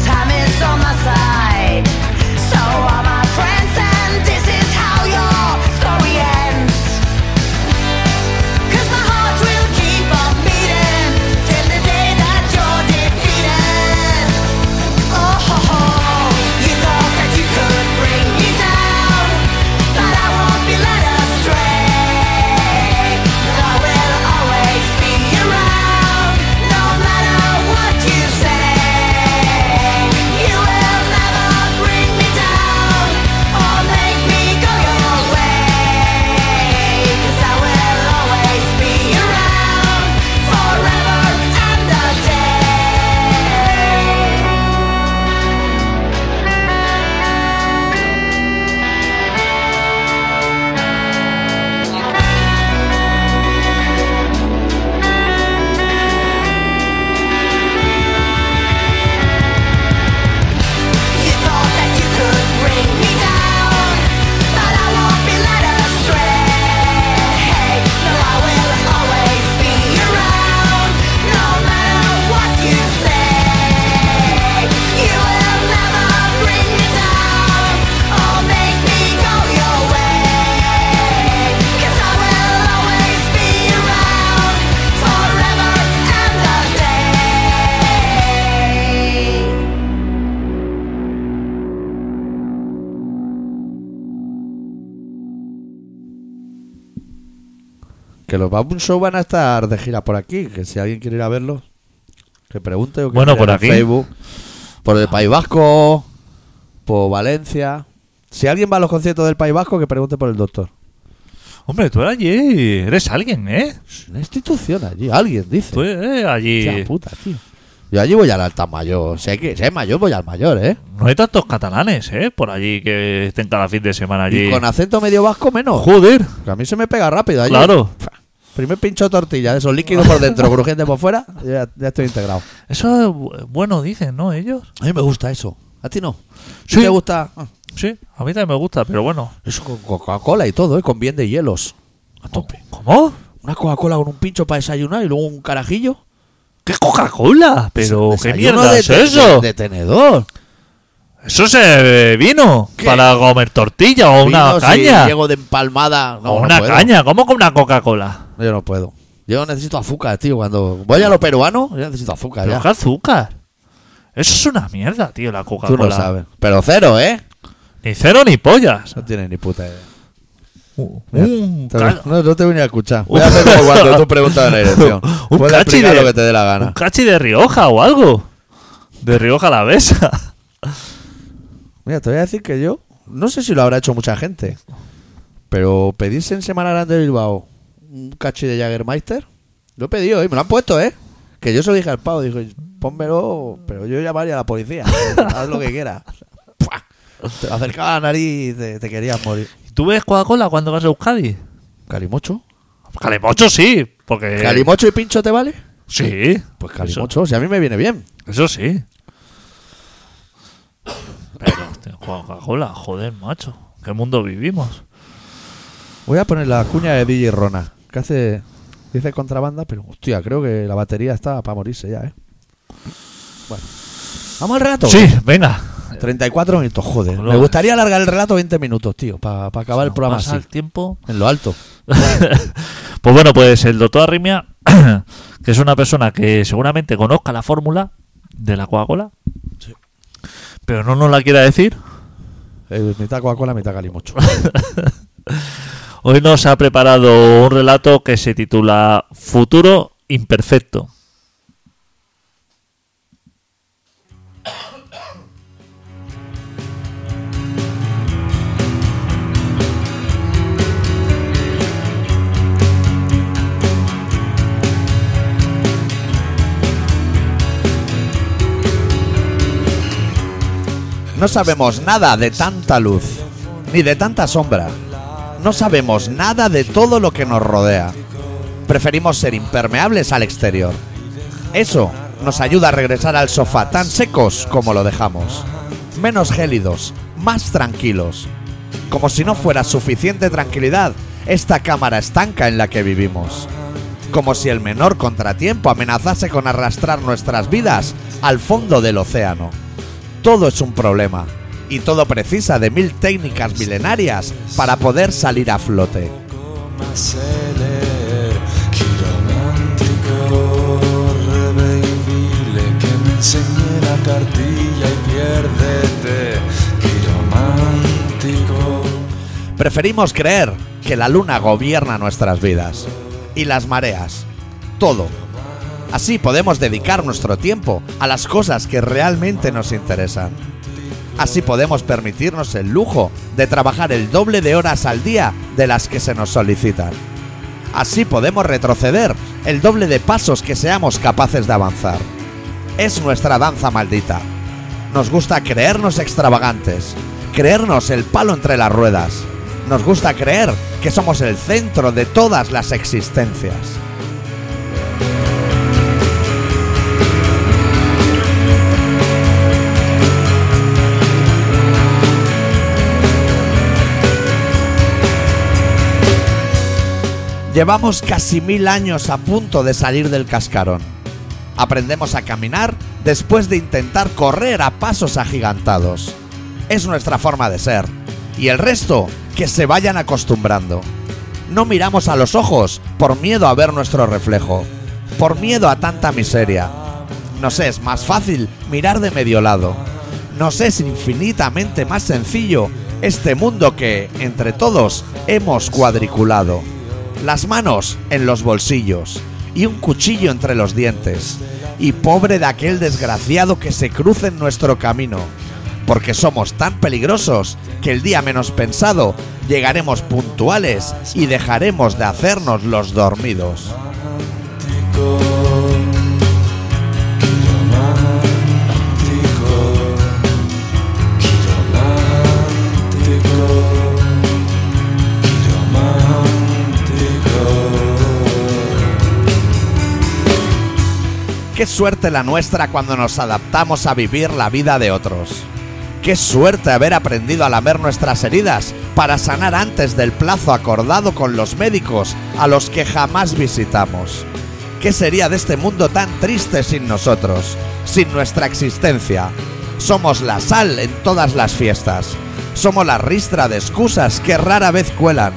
D: Time is on my side, so are my friends, and this is how your story ends. Cause my heart will keep on beating till the day that you're defeated. Oh, ho, ho. you thought that you could bring me down, but I won't be led astray. I will always be around, no matter what you say. You will never bring me down or make me go your way. 'Cause I will always be around forever and a day. You thought that you could bring me down, but I won't be led astray. No, I will always be around, no matter what you say. You will never bring me down or make me go your way. 'Cause I will always be around forever and a day.
A: Que los Baboon Show van a estar de gira por aquí. Que si alguien quiere ir a verlos, que pregunte. O que
B: Bueno,
A: miren
B: por
A: en
B: aquí.
A: Facebook, por el País Vasco, por Valencia. Si alguien va a los conciertos del País Vasco, que pregunte por el doctor.
B: Hombre, tú eres allí, eres alguien, ¿eh?
A: Es una institución allí, alguien dice.
B: Tú eres allí.
A: Hostia puta, tío. Yo allí voy al alta mayor. Si hay, que, si hay mayor, voy al mayor, ¿eh?
B: No hay tantos catalanes, ¿eh? Por allí que estén cada fin de semana allí.
A: Y con acento medio vasco, menos.
B: Joder,
A: Que a mí se me pega rápido allí.
B: claro.
A: Primer pincho de tortilla, de esos líquidos por (laughs) dentro, crujiente por fuera, ya, ya estoy integrado.
B: Eso es bu- bueno, dicen, ¿no? Ellos.
A: A mí me gusta eso. ¿A ti no?
B: Sí.
A: ¿Sí? ¿Te gusta? Ah,
B: Sí, a mí también me gusta, pero bueno.
A: eso con Coca-Cola y todo, ¿eh? Con bien de hielos. A tope.
B: ¿Cómo?
A: Una Coca-Cola con un pincho para desayunar y luego un carajillo.
B: ¿Qué Coca-Cola? Pero, ¿qué
A: Desayuno
B: mierda
A: de
B: es
A: te-
B: eso?
A: De, de tenedor.
B: Eso se vino
A: ¿Qué?
B: para comer tortilla o una
A: Vino, si
B: caña.
A: Llego de empalmada. No,
B: o
A: no
B: una
A: puedo.
B: caña. ¿Cómo con una Coca-Cola?
A: Yo no puedo. Yo necesito azúcar, tío. Cuando voy a lo peruano, yo necesito azúcar.
B: Pero
A: Ya.
B: qué azúcar. Eso es una mierda, tío, la
A: Tú
B: Coca-Cola.
A: no sabes. Pero cero, ¿eh?
B: Ni cero ni pollas.
A: No tienes ni puta idea.
B: Un
A: Te-
B: ca-
A: no, no te voy ni a escuchar. Voy a
B: Un-
A: hacer como
B: (laughs)
A: cuando tú preguntas de la dirección.
B: Un
A: Puedes
B: cachi
A: explicar
B: de-
A: lo que te dé la gana.
B: Un cachi de Rioja o algo. De Rioja la besa.
A: Mira, te voy a decir que yo, no sé si lo habrá hecho mucha gente, pero pedirse en Semana Grande de Bilbao un cachi de Jagermeister, lo he pedido y me lo han puesto, ¿eh? Que yo se lo dije al pavo, dijo, pónmelo, pero yo llamaría a la policía, (laughs) haz lo que quieras. Pua, Te lo acercaba a la nariz y te, te querías morir.
B: (laughs) ¿Tú ves Coca-Cola cuando vas a Euskadi?
A: ¿Calimocho?
B: Calimocho sí, porque...
A: ¿Calimocho y pincho te vale?
B: Sí.
A: Pues
B: Eh. eso-
A: calimocho, si a mí me viene bien.
B: Eso, sí. Pero, hostia, Coca-Cola, joder, macho. ¿Qué mundo vivimos?
A: Voy a poner la cuña de DJ Rona, que hace... Dice contrabanda, pero hostia, creo que la batería está para morirse ya, ¿eh? Bueno. Vamos al relato.
B: Sí, venga.
A: 34 minutos, joder.
B: Hola.
A: Me gustaría alargar el relato 20 minutos, tío, para acabar el
B: Nos
A: programa
B: pasa
A: así.
B: el tiempo.
A: En lo alto.
B: Pues bueno, pues el doctor Arrimia, (clears throat) que es una persona que seguramente conozca la fórmula de la Coca-Cola, pero no nos la quiera decir,
A: Eh, mitad Coca-Cola, mitad Calimocho.
B: hoy nos ha preparado un relato que se titula Futuro Imperfecto.
A: No sabemos nada de tanta luz, ni de tanta sombra. No sabemos nada de todo lo que nos rodea. Preferimos ser impermeables al exterior. Eso nos ayuda a regresar al sofá tan secos como lo dejamos. Menos gélidos, más tranquilos. Como si no fuera suficiente tranquilidad esta cámara estanca en la que vivimos. como si el menor contratiempo amenazase con arrastrar nuestras vidas al fondo del océano. Todo es un problema, y todo precisa de mil técnicas milenarias para poder salir a flote.
E: Maseler Quiromático Reveivile Que me enseñe la cartilla y piérdete Quiromántico
A: Preferimos creer que la luna gobierna nuestras vidas y las mareas, todo. Así podemos dedicar nuestro tiempo a las cosas que realmente nos interesan. Así podemos permitirnos el lujo de trabajar el doble de horas al día de las que se nos solicitan. Así podemos retroceder el doble de pasos que seamos capaces de avanzar. Es nuestra danza maldita. Nos gusta creernos extravagantes, creernos el palo entre las ruedas. Nos gusta creer que somos el centro de todas las existencias. Llevamos casi mil años a punto de salir del cascarón. Aprendemos a caminar después de intentar correr a pasos agigantados. Es nuestra forma de ser. Y el resto, que se vayan acostumbrando. No miramos a los ojos por miedo a ver nuestro reflejo. Por miedo a tanta miseria. Nos es más fácil mirar de medio lado. Nos es infinitamente más sencillo este mundo que, entre todos, hemos cuadriculado. Las manos en los bolsillos y un cuchillo entre los dientes. Y pobre de aquel desgraciado que se cruce en nuestro camino. Porque somos tan peligrosos que el día menos pensado llegaremos puntuales y dejaremos de hacernos los dormidos.
E: Quiromántico Quiromántico Quiromántico Quiromántico
A: Qué suerte la nuestra cuando nos adaptamos a vivir la vida de otros. Qué suerte haber aprendido a lamer nuestras heridas para sanar antes del plazo acordado con los médicos a los que jamás visitamos. ¿Qué sería de este mundo tan triste sin nosotros, sin nuestra existencia? Somos la sal en todas las fiestas. Somos la ristra de excusas que rara vez cuelan.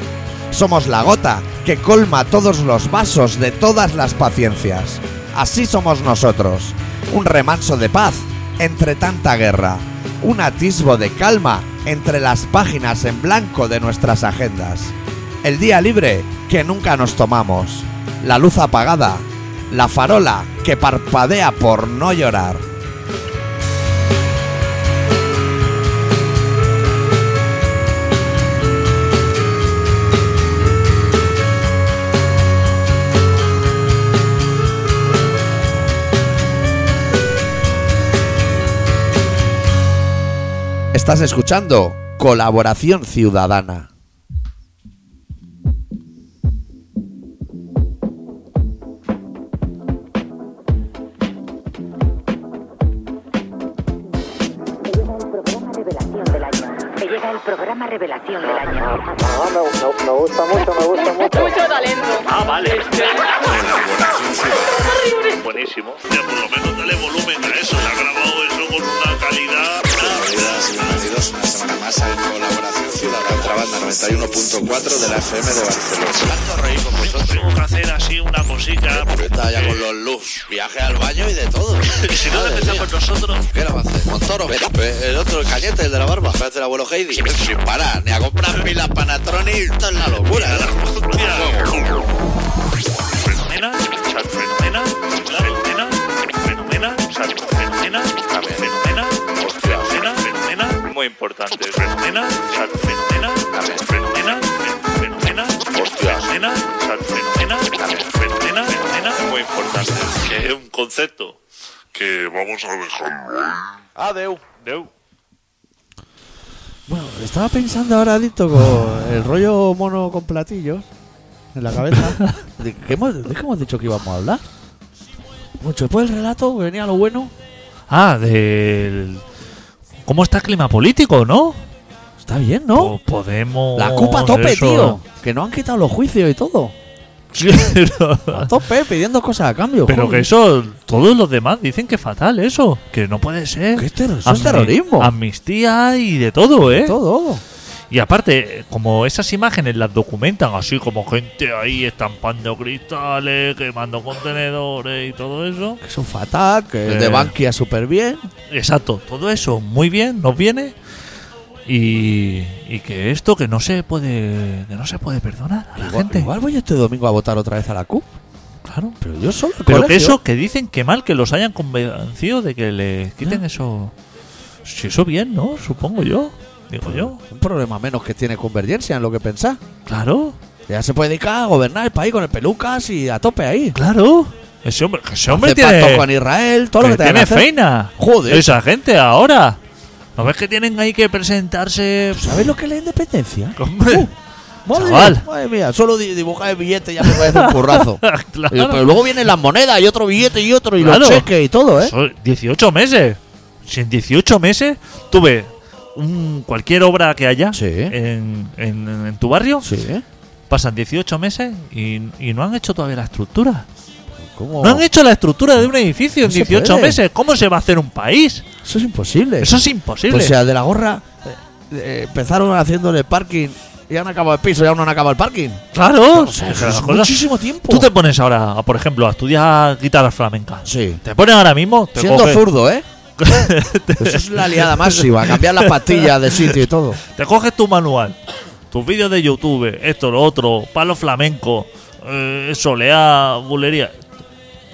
A: Somos la gota que colma todos los vasos de todas las paciencias. Así somos nosotros, un remanso de paz entre tanta guerra, un atisbo de calma entre las páginas en blanco de nuestras agendas, el día libre que nunca nos tomamos, la luz apagada, la farola que parpadea por no llorar. Estás escuchando Colaboración Ciudadana.
F: Me llega el programa revelación del año. Me llega el programa revelación del año.
G: Ah, me, me- me gusta mucho, me gusta mucho.
C: Mucho talento.
B: Ah, vale. Buenísimo. Ya por lo menos dale volumen a eso. Se ha grabado eso con una calidad.
H: Bienvenidas y bienvenidos una semana más a Colaboración Ciudadana, otra banda 91.4 de la FM de Barcelona.
B: Tengo que hacer así una cosita.
H: Está ya con los loops, viaje al baño y de todo.
B: (laughs) Si no
H: Madre
B: empezamos
H: mía.
B: nosotros.
H: ¿Qué la va a hacer? ¿Montoro? El, el otro, el cañete, el de la barba. Parece el abuelo Heidi. Sin parar, ni a comprar pilas Panatronic. Esto es la locura. ¿eh?
B: Fenomenal, sal- fenomenal, fenomenal, fenomenal, sal- fenomenal, fenomenal, fenomenal, fenomenal. Muy importante. Fenomenal, sal- fenomenal, fenomenal, fe- fenomenal, fenomenal, sal- fenomenal, fenomenal, fenomenal. Muy importante. Que es un concepto que vamos a dejar.
G: Adeu.
B: Deu.
A: Bueno, estaba pensando ahora, Dito, con el rollo mono con platillos en la
B: (laughs)
A: cabeza. ¿De qué hemos, de qué hemos dicho que íbamos a hablar? Mucho después del relato venía lo bueno.
B: Ah, del. ¿Cómo está el clima político, no?
A: Está bien, ¿no?
B: O Podemos.
A: la culpa a tope,
B: Oh, eso. eh.
A: tío. Que no han quitado los juicios y todo.
B: Pero-
A: A tope, pidiendo cosas a cambio.
B: Pero
A: joder.
B: que eso, todos los demás dicen que es fatal eso, que no puede ser.
A: Que es terror- eso es terrorismo.
B: Amnistía y de todo, ¿eh?
A: Todo.
B: Y aparte, como esas imágenes las documentan así, como gente ahí estampando cristales, quemando contenedores y todo eso.
A: Que eso es fatal, que
B: Eh.
A: de Bankia súper bien.
B: Exacto, todo eso muy bien, nos viene. Y, y que esto que no se puede que no se puede perdonar a la
A: Igual,
B: gente.
A: igual voy este domingo a votar otra vez a la CUP.
B: Claro.
A: Pero yo solo. al
B: Pero que
A: colegio.
B: eso, que dicen que mal que los hayan convencido de que le
A: ¿Eh?
B: quiten eso. Si eso bien, ¿no? Supongo yo. Digo yo.
A: Un problema menos que tiene Convergencia en lo que pensás.
B: Claro,
A: Ya se puede dedicar a gobernar el país con el pelucas y a tope ahí.
B: claro. Ese hombre, que ese hombre
A: Hace
B: tiene,
A: pacto con Israel, todo lo que,
B: que
A: tenga
B: tiene
A: que hacer.
B: feina.
A: Joder.
B: Esa gente ahora. ¿No ves que tienen ahí que presentarse?
A: ¿Sabes Uh. lo que es la independencia?
B: (laughs) Hombre.
A: Madre,
B: Chaval.
A: madre mía, solo di- dibujar el billete ya me parece un
B: (laughs)
A: currazo.
B: Claro.
A: Y- Eh, Pero luego vienen las monedas y otro billete y otro y
B: Claro.
A: los cheques y todo, ¿eh?
B: Son 18 meses. Si en 18 meses tuve un, cualquier obra que haya
A: Sí.
B: en, en- en tu barrio,
A: Sí. ¿eh?
B: pasan 18 meses y, y no han hecho todavía la estructura.
A: ¿Cómo?
B: No han hecho la estructura de un
A: Oh. No
B: edificio en
A: se
B: 18
A: puede. Eh,
B: meses. ¿Cómo se va a hacer un país?
A: Eso es imposible.
B: Eso es imposible.
A: O sea, de la gorra eh, eh, empezaron haciéndole parking y han acabado el piso y aún no han acabado el parking.
B: claro.
A: O sea,
B: es que
A: eso
B: las
A: es
B: cosas-
A: muchísimo tiempo.
B: Tú te pones ahora, por ejemplo, a estudiar guitarra flamenca.
A: Sí.
B: Te pones ahora mismo. Te
A: Siendo
B: coges-
A: zurdo, ¿eh? (laughs)
B: (laughs)
A: Eso es la (laughs) liada máxima, cambiar las pastillas de sitio y todo.
B: Te coges tu manual, tus vídeos de YouTube, esto, lo otro, palo flamenco, eh, soleá, bulería.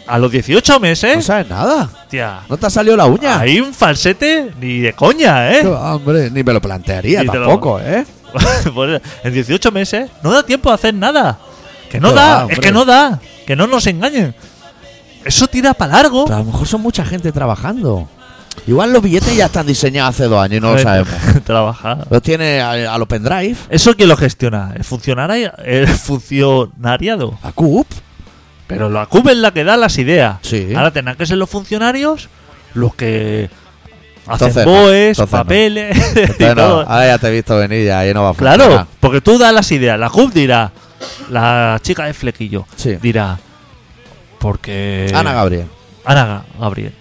B: A los 18
A: No
B: meses,
A: sabes nada.
B: hostia,
A: No te ha salido la uña.
B: hay un falsete ni de coña,
A: Qué
B: ¿eh?
A: Hombre, ni me lo plantearía
B: Ni te lo-
A: tampoco, ¿eh?
B: (laughs) Pues, en 18 meses no da tiempo a hacer nada. Que no
A: Qué
B: da,
A: va,
B: es
A: hombre.
B: que no da, que no nos engañen. Eso tira para largo.
A: Pero a lo mejor son mucha gente trabajando. Igual los billetes ya están diseñados hace dos años y no lo sabemos.
B: (laughs) Trabajar.
A: Los tiene a, a los pendrive,
B: ¿Eso quién lo gestiona? ¿El funcionario? ¿El funcionariado?
A: a CUP.
B: Pero la CUP es la que da las ideas.
A: Sí.
B: Ahora tendrán que ser los funcionarios los que hacen
A: Entonces no,
B: boes,
A: entonces no.
B: papeles (laughs)
A: (laughs)
B: y
A: Bueno,
B: todo.
A: ahora ya te he visto venir ya, ahí no va a funcionar.
B: Claro, porque tú das las ideas. La CUP dirá, la chica de flequillo
A: Sí.
B: dirá, porque
A: Eh, Ana Gabriel.
B: Ana Ga- Gabriel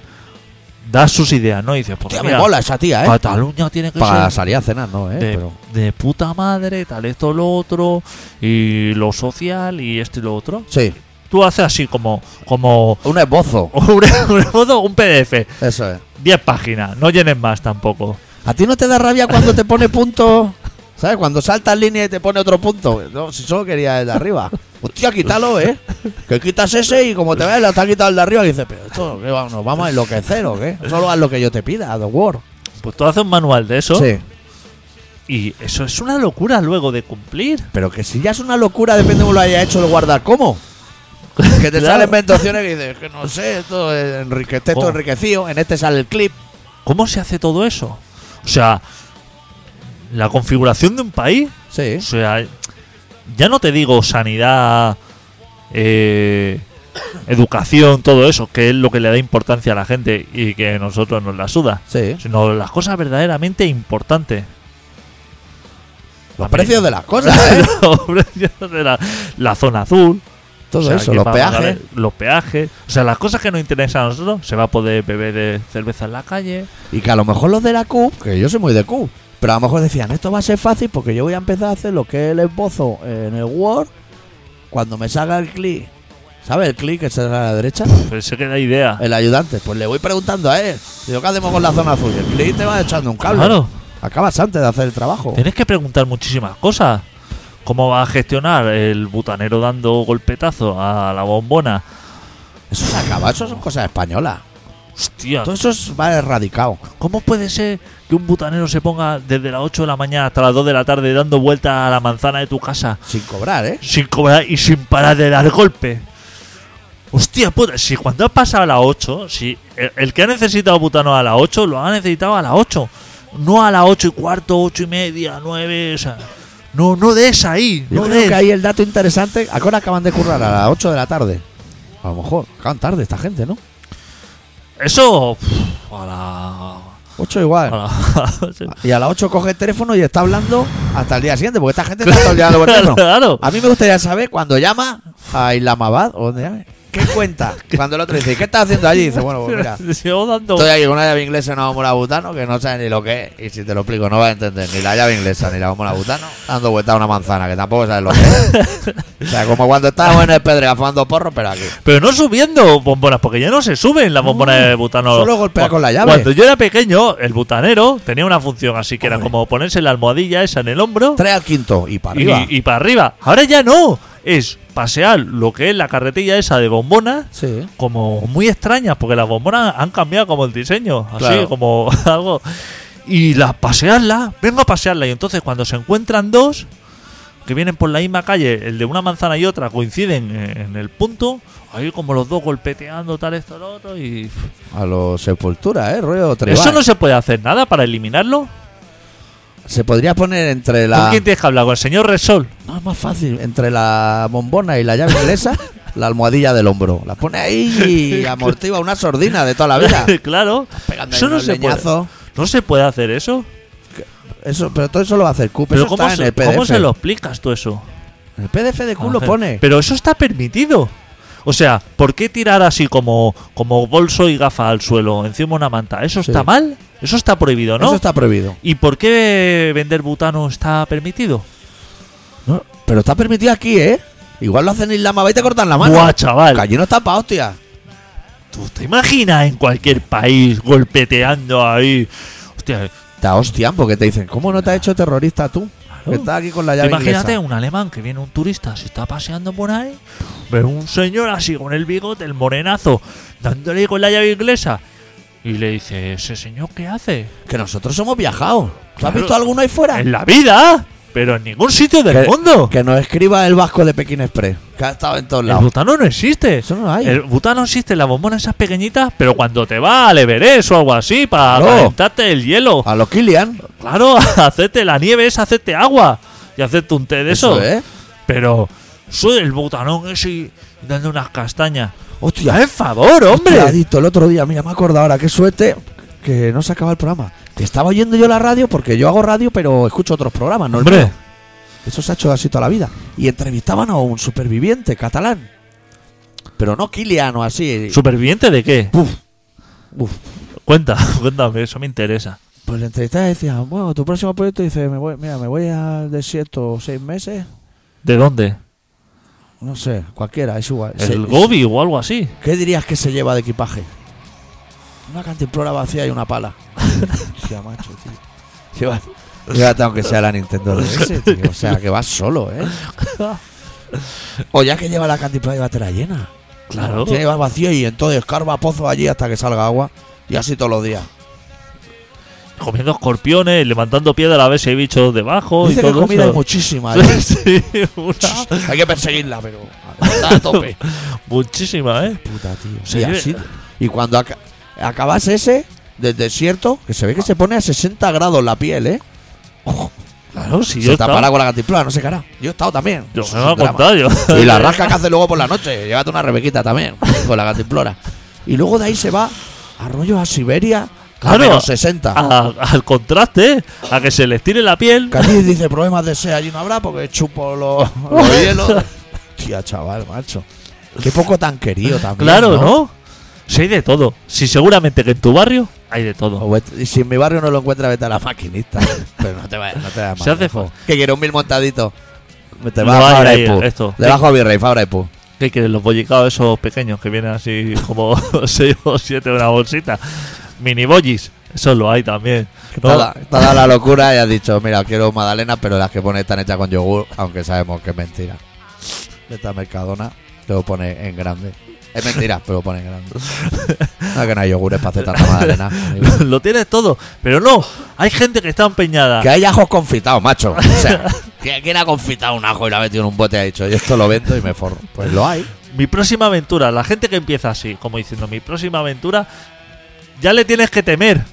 B: da sus ideas, ¿no? Y dice, pues
A: Tía, me
B: mira,
A: mola esa tía, ¿eh?
B: Cataluña tiene que
A: Para
B: ser
A: salir a cenar, no, ¿eh?
B: de,
A: Pero
B: de puta madre, tal esto, lo otro, y lo social, y esto y lo otro.
A: sí,
B: Tú haces así como, como (laughs)
A: un esbozo.
B: un, un foto, un PDF,
A: Eso es.
B: 10 páginas, no llenes más tampoco.
A: ¿A ti no te da rabia cuando te pone
B: (laughs)
A: punto? ¿Sabes? Cuando saltas línea y te pone otro punto. No, si solo quería el de arriba. Hostia, quítalo, ¿eh? Que quitas ese y como te ves, lo has quitado el de arriba y dices, pero esto, ¿qué vamos? ¿Nos vamos a enloquecer o qué? Solo haz lo que yo te pida, The Word.
B: Pues tú haces un manual de eso
A: Sí.
B: y eso es una locura luego de cumplir.
A: Pero que si ya es una locura, depende de cómo lo haya hecho el guardar. ¿Cómo? Que (laughs) te
B: Claro.
A: salen menciones que dices, que no sé, esto es enrique- texto
B: Oh.
A: enriquecido, en este sale el clip.
B: ¿Cómo se hace todo eso? O sea, la configuración de un país,
A: Sí.
B: o sea, ya no te digo sanidad, eh, educación, todo eso, que es lo que le da importancia a la gente y que a nosotros nos la suda,
A: Sí.
B: sino las cosas verdaderamente importantes. (laughs)
A: Los
B: Hombre,
A: precios de las cosas, ¿eh?
B: Los precios de la- la zona azul.
A: (laughs) Todo
B: O sea,
A: eso,
B: que
A: los
B: va a pagar
A: peajes.
B: el- Los peajes. O sea, las cosas que nos interesan a nosotros. Se va a poder beber eh, cerveza en la calle.
A: Y que a lo mejor los de la Q, que yo soy muy de Q, pero a lo mejor decían, esto va a ser fácil porque yo voy a empezar a hacer lo que es el esbozo en el Word cuando me salga el clic. ¿Sabes el clic que sale a la derecha?
B: Pero pues se queda idea.
A: El ayudante. Pues le voy preguntando a él. Digo, ¿qué hacemos con la zona azul? Y el clic te va echando un cable.
B: Claro.
A: Acabas antes de hacer el trabajo.
B: Tienes que preguntar muchísimas cosas. ¿Cómo va a gestionar el butanero dando golpetazo a la bombona?
A: Eso se acaba, eso son cosas españolas.
B: Hostia.
A: Todo eso es- va erradicado.
B: ¿Cómo puede ser que un butanero se ponga desde las 8 de la mañana hasta las 2 de la tarde dando vueltas a la manzana de tu casa
A: Sin cobrar, ¿eh?
B: sin cobrar y sin parar de dar golpe. Hostia puta, si cuando ha pasado a las 8, si el, el que ha necesitado butano a las 8, lo ha necesitado a las 8. No a las 8 y cuarto, 8 y media, 9, o sea. No, no des ahí,
A: Yo
B: no
A: creo
B: des.
A: que ahí el dato interesante. ¿A qué hora acaban de currar? A las 8 de la tarde. A lo mejor. Acaban tarde esta gente, ¿no?
B: Eso. pf, a la.
A: 8 igual.
B: Ah.
A: Ah,
B: a (laughs) la-
A: Y a las 8 coge el teléfono y está hablando hasta el día siguiente, porque esta gente está todo el día hablando por teléfono.
B: claro.
A: A mí me gustaría saber cuando llama a Islamabad o dónde hay. ¿Qué cuenta? Cuando el otro dice, ¿qué estás haciendo allí? Dice, bueno, pues
B: (laughs)
A: mira,
B: Le sigo dando.
A: estoy aquí con una llave inglesa y una bombola butano que no sabe ni lo que es. Y si te lo explico, no vas a entender ni la llave inglesa ni la bombola butano dando vueltas a una manzana que tampoco sabes lo que es. O sea, como cuando estábamos en el Pedrega fumando porro, pero aquí.
B: Pero no subiendo bombonas, porque ya no se suben las bombonas de butano.
A: solo golpea con la llave.
B: Cuando yo era pequeño, el butanero tenía una función así que era como ponerse la almohadilla esa en el hombro
A: Tres al quinto y para
B: y,
A: arriba.
B: y para arriba. Ahora ya no. Es pasear lo que es la carretilla esa de bombonas.
A: Sí.
B: Como muy extrañas, porque las bombonas han cambiado como el diseño, así
A: Claro.
B: como (laughs) algo. Y las pasearlas, vengo a pasearlas. Y entonces cuando se encuentran dos, que vienen por la misma calle, el de una manzana y otra coinciden en en el punto, ahí como los dos golpeteando tal, esto, lo otro, y.
A: A los sepultura, ¿eh? Rollo tribal.
B: ¿Eso no se puede hacer nada para eliminarlo?
A: Se podría poner entre
B: ¿Con
A: la.
B: quién tienes que hablar? ¿Con el señor Resol?
A: No, es más fácil. Entre la bombona y la llave inglesa, (laughs) la almohadilla del hombro. La pone ahí y amortigua una sordina de toda la
B: (laughs)
A: vida.
B: claro.
A: Pegando ahí
B: Eso no
A: unos
B: se puede.
A: leñazos.
B: No se puede hacer eso.
A: Eso, pero todo eso lo va a hacer Coop.
B: Pero
A: eso
B: ¿cómo
A: está en
B: se,
A: el PDF.
B: ¿cómo se lo explicas tú eso?
A: En el PDF de Coop lo
B: Ajá.
A: pone.
B: Ah, Pero eso está permitido. O sea, ¿por qué tirar así como, como bolso y gafa al suelo encima de una manta? ¿Eso
A: Sí.
B: está mal? Eso está prohibido, ¿no?
A: Eso está prohibido.
B: ¿Y por qué vender butano está permitido?
A: No, Pero está permitido aquí, ¿eh? Igual lo hacen en Islamabad y te cortan la mano.
B: Buah, chaval.
A: Que allí no está pa' hostia.
B: ¿Tú te imaginas en cualquier país golpeteando ahí? Hostia,
A: Te hostian porque te dicen, ¿cómo no te has hecho terrorista tú? Que estás aquí con la llave
B: imagínate
A: inglesa.
B: un alemán que viene un turista, se está paseando por ahí, ve un señor así con el bigote, el morenazo, dándole con la llave inglesa. Y le dice, ¿ese señor qué hace?
A: Que nosotros hemos viajado. ¿Tú has
B: Claro.
A: visto alguno ahí fuera?
B: En la vida, pero en ningún sitio del
A: que,
B: mundo.
A: Que nos escriba el vasco de Pekín Express. Que ha estado en todos
B: el
A: lados.
B: butano no existe.
A: Eso no hay.
B: El butano existe, las bombonas esas pequeñitas, pero cuando te va al Everest o algo así para
A: Claro. Ah.
B: calentarte el hielo,
A: A los Kilian.
B: claro, (laughs) hacerte la nieve es hacerte agua y hacerte un té de eso.
A: ¿eh?
B: Pero soy el butanón ese dando unas castañas.
A: Hostia,
B: ¡Ya es favor, hombre!
A: Hostia, adicto, el otro día, mira, me acuerdo ahora, qué suerte que no se acaba el programa. Que estaba oyendo yo la radio porque yo hago radio, pero escucho otros programas, ¿no? el mío.
B: hombre,
A: Eso se ha hecho así toda la vida. Y entrevistaban a un superviviente catalán. Pero no Kilian o así.
B: ¿superviviente de qué?
A: Uf, uf.
B: Cuenta, (laughs) cuéntame, eso me interesa.
A: Pues le entrevistaba y decía, bueno, tu próximo proyecto dice, me voy, mira, me voy al desierto seis meses.
B: ¿De dónde?
A: No sé, cualquiera, es igual. Se-
B: ¿El Gobi o algo así?
A: ¿Qué dirías que se lleva de equipaje? Una cantimplora vacía y una (laughs) pala. Hostia, macho, tío. (laughs) Lleva- Llévate aunque sea la Nintendo DS, tío. O sea, que vas solo, (laughs) ¿eh? O ya que lleva la cantimplora, llévatela llena.
B: Claro.
A: Tiene que llevar vacío y entonces carva pozo allí hasta que salga agua. Y así todos los días.
B: Comiendo escorpiones, levantando piedra a ver si hay bichos debajo
A: Dice
B: y
A: que
B: todo
A: comida hay
B: eso.
A: muchísima. allí.
B: (laughs) Sí, una-
A: Hay que perseguirla, pero está
B: (laughs)
A: a tope.
B: Muchísima, ¿eh?
A: Puta, tío.
B: Se
A: y,
B: lleve-
A: así- y cuando aca- acabas ese del desierto, que se ve que se pone a 60 grados la piel, ¿eh?
B: Claro, si yo
A: se
B: estaba-
A: tapará con la cantimplora, no se cara. Yo he estado también.
B: Yo
A: Eso
B: me
A: es
B: lo he
A: un drama.
B: contado yo.
A: Y la
B: (laughs)
A: rasca que hace luego por la noche. Llévate una rebequita también con la cantimplora. Y luego de ahí se va a rollo a Siberia a
B: Claro.
A: menos 60.
B: A- al contraste, a que se les tire la piel.
A: Que allí dice problemas de sed allí no habrá porque chupo
B: (laughs)
A: los, los hielos. Tía, chaval, macho. Qué poco tan querido también.
B: Claro, ¿no? Si hay de todo. Si seguramente que en tu barrio hay de todo.
A: O vete- Pues, y si en mi barrio no lo encuentra, vete a la maquinista. Pero no te vayas, no te vayas
B: Se
A: más
B: hace
A: lejos.
B: fo-
A: Que quiero un mil montadito. Me te
B: Lo
A: bajo
B: hay
A: a
B: ahí,
A: Pu.
B: esto.
A: Le bajo a Virrey, Fabra y Pu.
B: ¿Qué quieren? Los bollicados esos pequeños que vienen así como (laughs) 6 o 7 de una bolsita. Mini bollis. Eso lo hay también. ¿no?
A: Te ha da- te ha dado la locura y Ah, has dicho, mira, quiero magdalena, pero las que pone están hechas con yogur, aunque sabemos que es mentira. Esta Mercadona te lo pone en grande. Es mentira, pero lo pone en grande. No, que no hay yogures para hacer tanta magdalena. amigo.
B: (laughs) lo tienes todo. Pero no, hay gente que está empeñada.
A: Que hay ajos confitados, macho. O sea, ¿qui- ¿quién ha confitado un ajo y lo ha metido en un bote y ha dicho, yo esto lo vendo y me forro? Pues lo hay.
B: Mi próxima aventura, la gente que empieza así, como diciendo mi próxima aventura, ya le tienes que temer.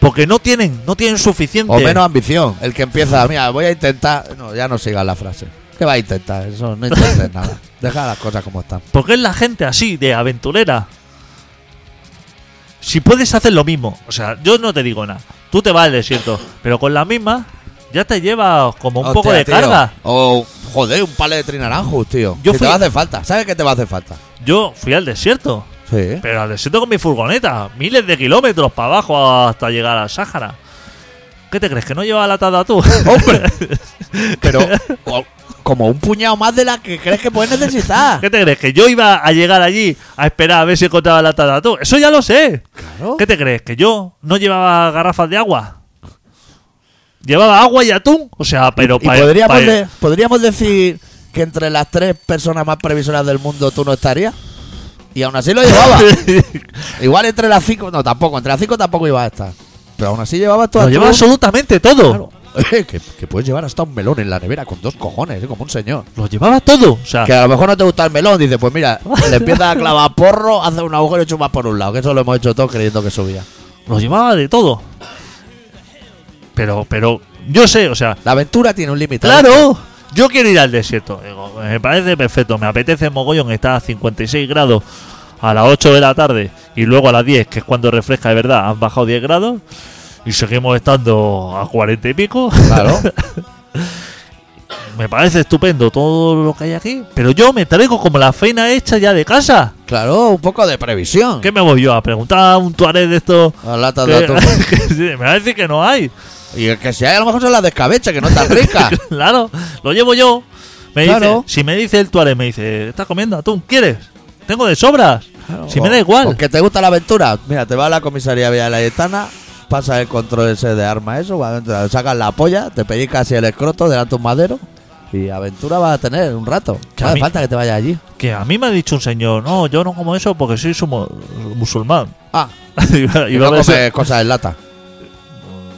B: Porque no tienen, no tienen suficiente.
A: O menos ambición. El que empieza, mira, voy a intentar. No, ya no sigas la frase. ¿Qué va a intentar? Eso, no intentes nada. Deja las cosas como están.
B: Porque es la gente así, de aventurera. Si puedes hacer lo mismo, o sea, yo no te digo nada. Tú te vas al desierto, pero con la misma ya te llevas como un poco
A: Hostia,
B: de
A: tío.
B: carga.
A: O Joder, un palé de trinaranjos, tío.
B: Yo
A: que te
B: fui-
A: va a hacer falta. ¿Sabes que te va a hacer falta?
B: Yo fui al desierto,
A: Sí.
B: pero al desierto con mi furgoneta, miles de kilómetros para abajo hasta llegar al Sáhara. ¿Qué te crees? ¿Que no llevaba la tada tú?
A: Oh, ¡Hombre! Pero o- como un puñado más de la que crees que puedes necesitar.
B: (laughs) ¿Qué te crees? (laughs) ¿Que yo iba a llegar allí a esperar a ver si encontraba la tada tú? Eso ya lo sé.
A: Claro.
B: ¿Qué te crees? ¿Que yo no llevaba garrafas de agua? Llevaba agua y atún. O sea, pero
A: y
B: pa-
A: podríamos,
B: pa-
A: de- podríamos decir que entre las tres personas más previsoras del mundo tú no estarías. Y aún así lo
B: (laughs)
A: llevaba. Igual entre las cinco. No, tampoco. Entre las cinco tampoco iba a estar. Pero aún así llevabas todas.
B: Lo llevaba absolutamente todo.
A: (laughs) que, que puedes llevar hasta un melón en la nevera con dos cojones, ¿eh? como un señor.
B: Lo llevaba todo. O sea,
A: Que a lo mejor no te gusta el melón, dice, pues mira, le empieza a clavar porro, hace un agujero y chupas por un lado, que eso lo hemos hecho todos creyendo que subía.
B: lo llevaba de todo. Pero, pero, yo sé, o sea,
A: La aventura tiene un límite.
B: Claro, yo quiero ir al desierto. Digo, me parece perfecto, me apetece mogollón estar a 56 grados a las 8 de la tarde y luego a las 10, que es cuando refresca de verdad, han bajado 10 grados y seguimos estando a 40 y pico.
A: Claro.
B: (laughs) me parece estupendo todo lo que hay aquí, pero yo me traigo como la feina hecha ya de casa.
A: Claro, un poco de previsión.
B: ¿Qué me voy yo a preguntar a un tuareg de estos?
A: Las latas de
B: que-
A: atún.
B: (laughs) que me va a decir que no hay.
A: Y el que si hay, a lo mejor son las de escabeche, que no están ricas.
B: (laughs) Claro, lo llevo yo. Me dice-
A: Claro.
B: si me dice el Tuareg, me dice, ¿estás comiendo atún? ¿Quieres? Tengo de sobras. si me da igual.
A: Porque te gusta la aventura. Mira, te va a la comisaría Villa Layetana, pasa el control ese de arma, eso, cuando te sacas la polla, te pedís casi el escroto delante de un madero. Y aventura vas a tener un rato.
B: Que
A: No
B: a
A: hace
B: mí-
A: falta que te vayas allí.
B: Que a mí me ha dicho un señor, no, yo no como eso porque soy sumo- musulmán. (laughs)
A: Ah,
B: Iba-
A: y no
B: iba a ver si-
A: comes cosas en lata.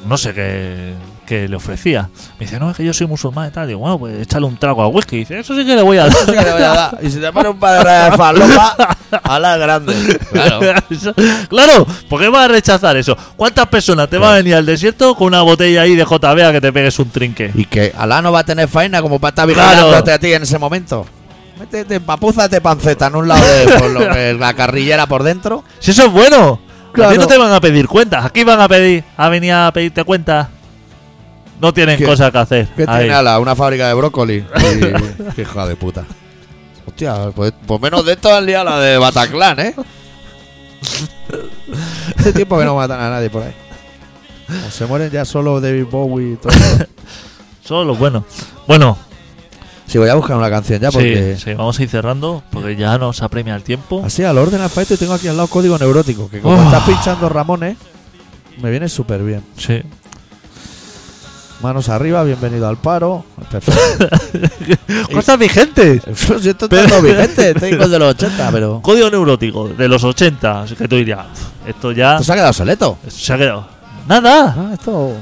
B: no sé qué, qué le ofrecía. Me dice, no, es que yo soy musulmán y tal. Digo, bueno, pues échale un trago a whisky. Dice, eso sí que le voy a
A: (laughs) Eso sí que le voy a dar. Y si te pones un par de falopa, a la grande. Claro.
B: (laughs) Eso- claro, ¿por qué vas a rechazar eso? ¿Cuántas personas te van a venir al desierto con una botella ahí de JBA que te pegues un trinque?
A: Y que Alá no va a tener faena como para estar
B: Claro.
A: vigilándote a ti en ese momento. Métete, papúzate panceta en un lado de por lo que la carrillera por dentro.
B: Si eso es bueno. A ti
A: Claro.
B: no te van a pedir cuentas. Aquí van a pedir. A venir a pedirte cuentas. No tienen
A: ¿Qué-
B: cosas que hacer.
A: ¿Qué
B: ahí.
A: tiene Alá? Una fábrica de brócoli. Y- Qué hija de puta. Hostia, pues, por menos de esto han liado la de Bataclan, ¿eh? Hace tiempo que no matan a nadie por ahí. O se mueren ya solo David Bowie y todo. eso.
B: Solo lo bueno. Bueno,
A: (laughs) Sí, voy a buscar una canción ya Ah, porque. Ah,
B: sí, sí, vamos a ir cerrando porque ya nos apremia el tiempo.
A: Así, al orden alfabético tengo aquí al lado código neurótico, que como
B: Oh.
A: está pinchando Ramones, me viene súper bien.
B: Sí.
A: Manos arriba, bienvenido al paro. Perfecto.
B: (laughs) Cosas vigentes.
A: Yo siento tanto vigente, tengo el de los 80,
B: (laughs)
A: pero.
B: Código neurótico de los 80. Así que tú dirías, "Pf, esto ya
A: Esto se ha quedado soleto.
B: se ha quedado. Nada.
A: Ah, esto.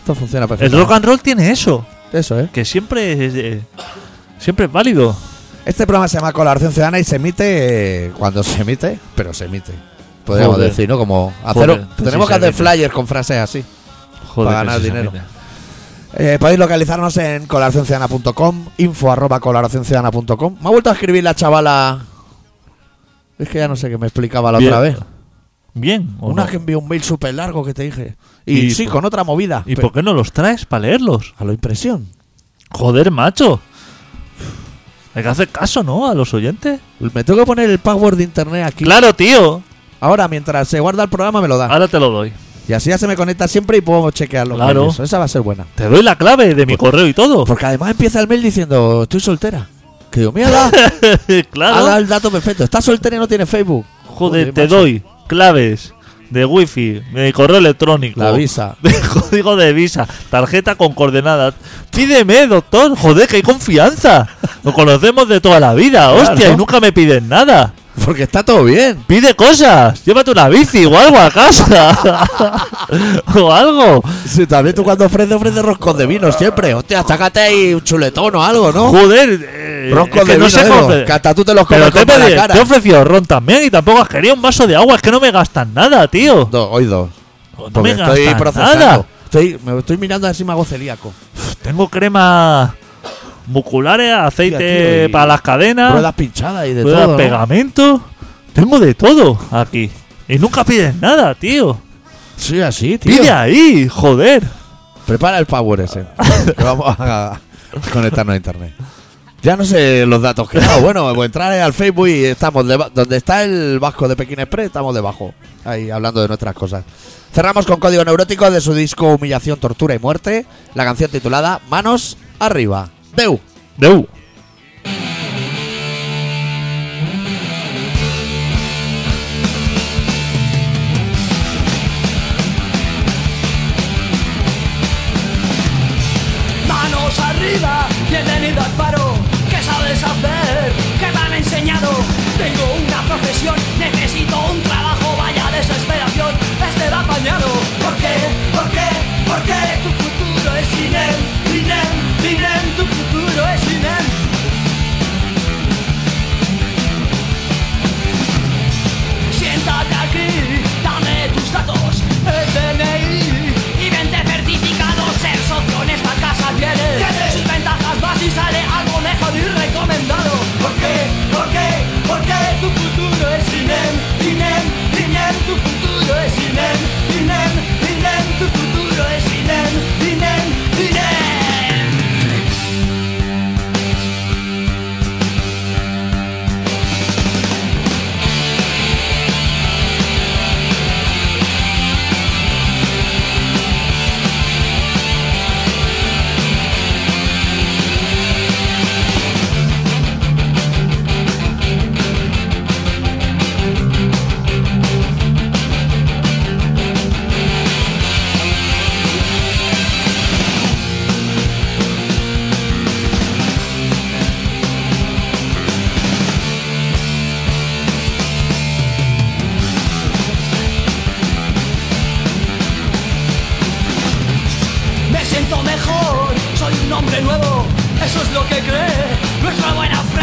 A: Esto funciona
B: El
A: perfecto.
B: rock and roll tiene eso.
A: Eso, ¿eh?
B: Que siempre es, eh, siempre es válido.
A: Este programa se llama Colaboración Ciudadana y se emite eh, cuando se emite, pero se emite. Podríamos
B: Joder.
A: decir, ¿no? Como hacer.
B: Joder, Pues sí,
A: tenemos
B: se
A: que hacer
B: emite.
A: flyers con frases así.
B: Joder,
A: Para
B: que
A: ganar
B: sí se
A: dinero.
B: mete.
A: Eh, podéis localizarnos en colaboracionciudadana.com, info arroba colaboracionciudadana.com. Me ha vuelto a escribir la chavala. Es que ya no sé qué me explicaba la
B: Bien.
A: otra vez.
B: Bien. ¿o
A: Una
B: no?
A: que envió un mail súper largo que te dije. Y,
B: Y
A: sí,
B: por-
A: con otra movida.
B: ¿Y
A: Pe-
B: por qué no los traes para leerlos?
A: A la impresión.
B: Joder, macho. Hay que hacer caso, ¿no? A los oyentes.
A: Me tengo que poner el password de internet aquí.
B: Claro, tío.
A: Ahora, mientras se guarda el programa, me lo da.
B: Ahora te lo doy.
A: Y así ya se me conecta siempre y puedo chequearlo.
B: Claro.
A: Eso. Esa va a ser buena.
B: Te doy la clave de mi
A: Pues-
B: correo y todo.
A: Porque además empieza el mail diciendo, estoy soltera. Que digo, mierda. ha dado
B: (laughs) (laughs) claro.
A: el dato perfecto. Está soltera y no tiene Facebook.
B: Joder, te
A: macho.
B: doy claves de wifi, de correo electrónico.
A: La visa.
B: (laughs) De código de visa, tarjeta con coordenadas. Pídeme, doctor. Joder, que hay confianza. Lo conocemos de toda la vida.
A: Claro.
B: Hostia, y nunca me piden nada. (laughs)
A: Porque está todo bien.
B: Pide cosas. Llévate una bici o algo a casa. (laughs) o algo.
A: Sí, también tú cuando ofreces, ofreces roscos de vino siempre. Hostia, sácate ahí un chuletón o algo, ¿no?
B: Joder, eh,
A: Roscos
B: es que
A: de
B: no
A: vino,
B: sé
A: eh,
B: cómo
A: bro,
B: hacer.
A: que hasta tú te los
B: Pero
A: comes
B: te he,
A: con mala
B: pedido-
A: cara.
B: te he ofrecido ron también y tampoco has querido un vaso de agua. Es que no me gastan nada, tío.
A: Dos, hoy dos.
B: No,
A: Porque
B: me
A: estoy
B: gastan
A: procesando.
B: Pues nada.
A: Estoy, me estoy mirando así, me hago celíaco.
B: Tengo crema musculares, aceite
A: Hostia, tío, y-
B: para las cadenas,
A: Ruedas pinchadas y de
B: Ah. ruedas,
A: todo. ¿no?
B: pegamento. Tengo de todo aquí. Y nunca pides nada, tío.
A: Sí, así, tío.
B: Pide ahí, joder.
A: (laughs) Prepara el power ese. que vamos a, conectarnos a internet. Ya no sé los datos que he dado. Bueno, voy a entrar al Facebook y estamos deba- donde está el Vasco de Pekín Express, estamos debajo. Ahí hablando de nuestras cosas. Cerramos con código neurótico de su disco Humillación, Tortura y Muerte, la canción titulada Manos arriba. Deu.
B: Deu.
C: Manos arriba, bienvenido al paro. ¿Qué sabes hacer? ¿Qué te han enseñado? Tengo una profesión, necesito un trabajo, vaya desesperación. Este va apañado. ¿Por qué? ¿Por qué? ¿Por qué? Tu futuro es INEM, INEM, INEM, tu futuro es INEM. Siéntate aquí, dame tus datos, el DNI y vente certificado. Ser socio en esta casa tiene sus ventajas más y sale algo mejor y recomendado. ¿Por qué? ¿Por qué? ¿Por qué tu futuro es INEM? INEM, INEM, tu futuro es INEM, INEM, INEM, tu futuro es INEM, INEM, INEM. Me siento mejor, soy un hombre nuevo, eso es lo que cree nuestra buena fe.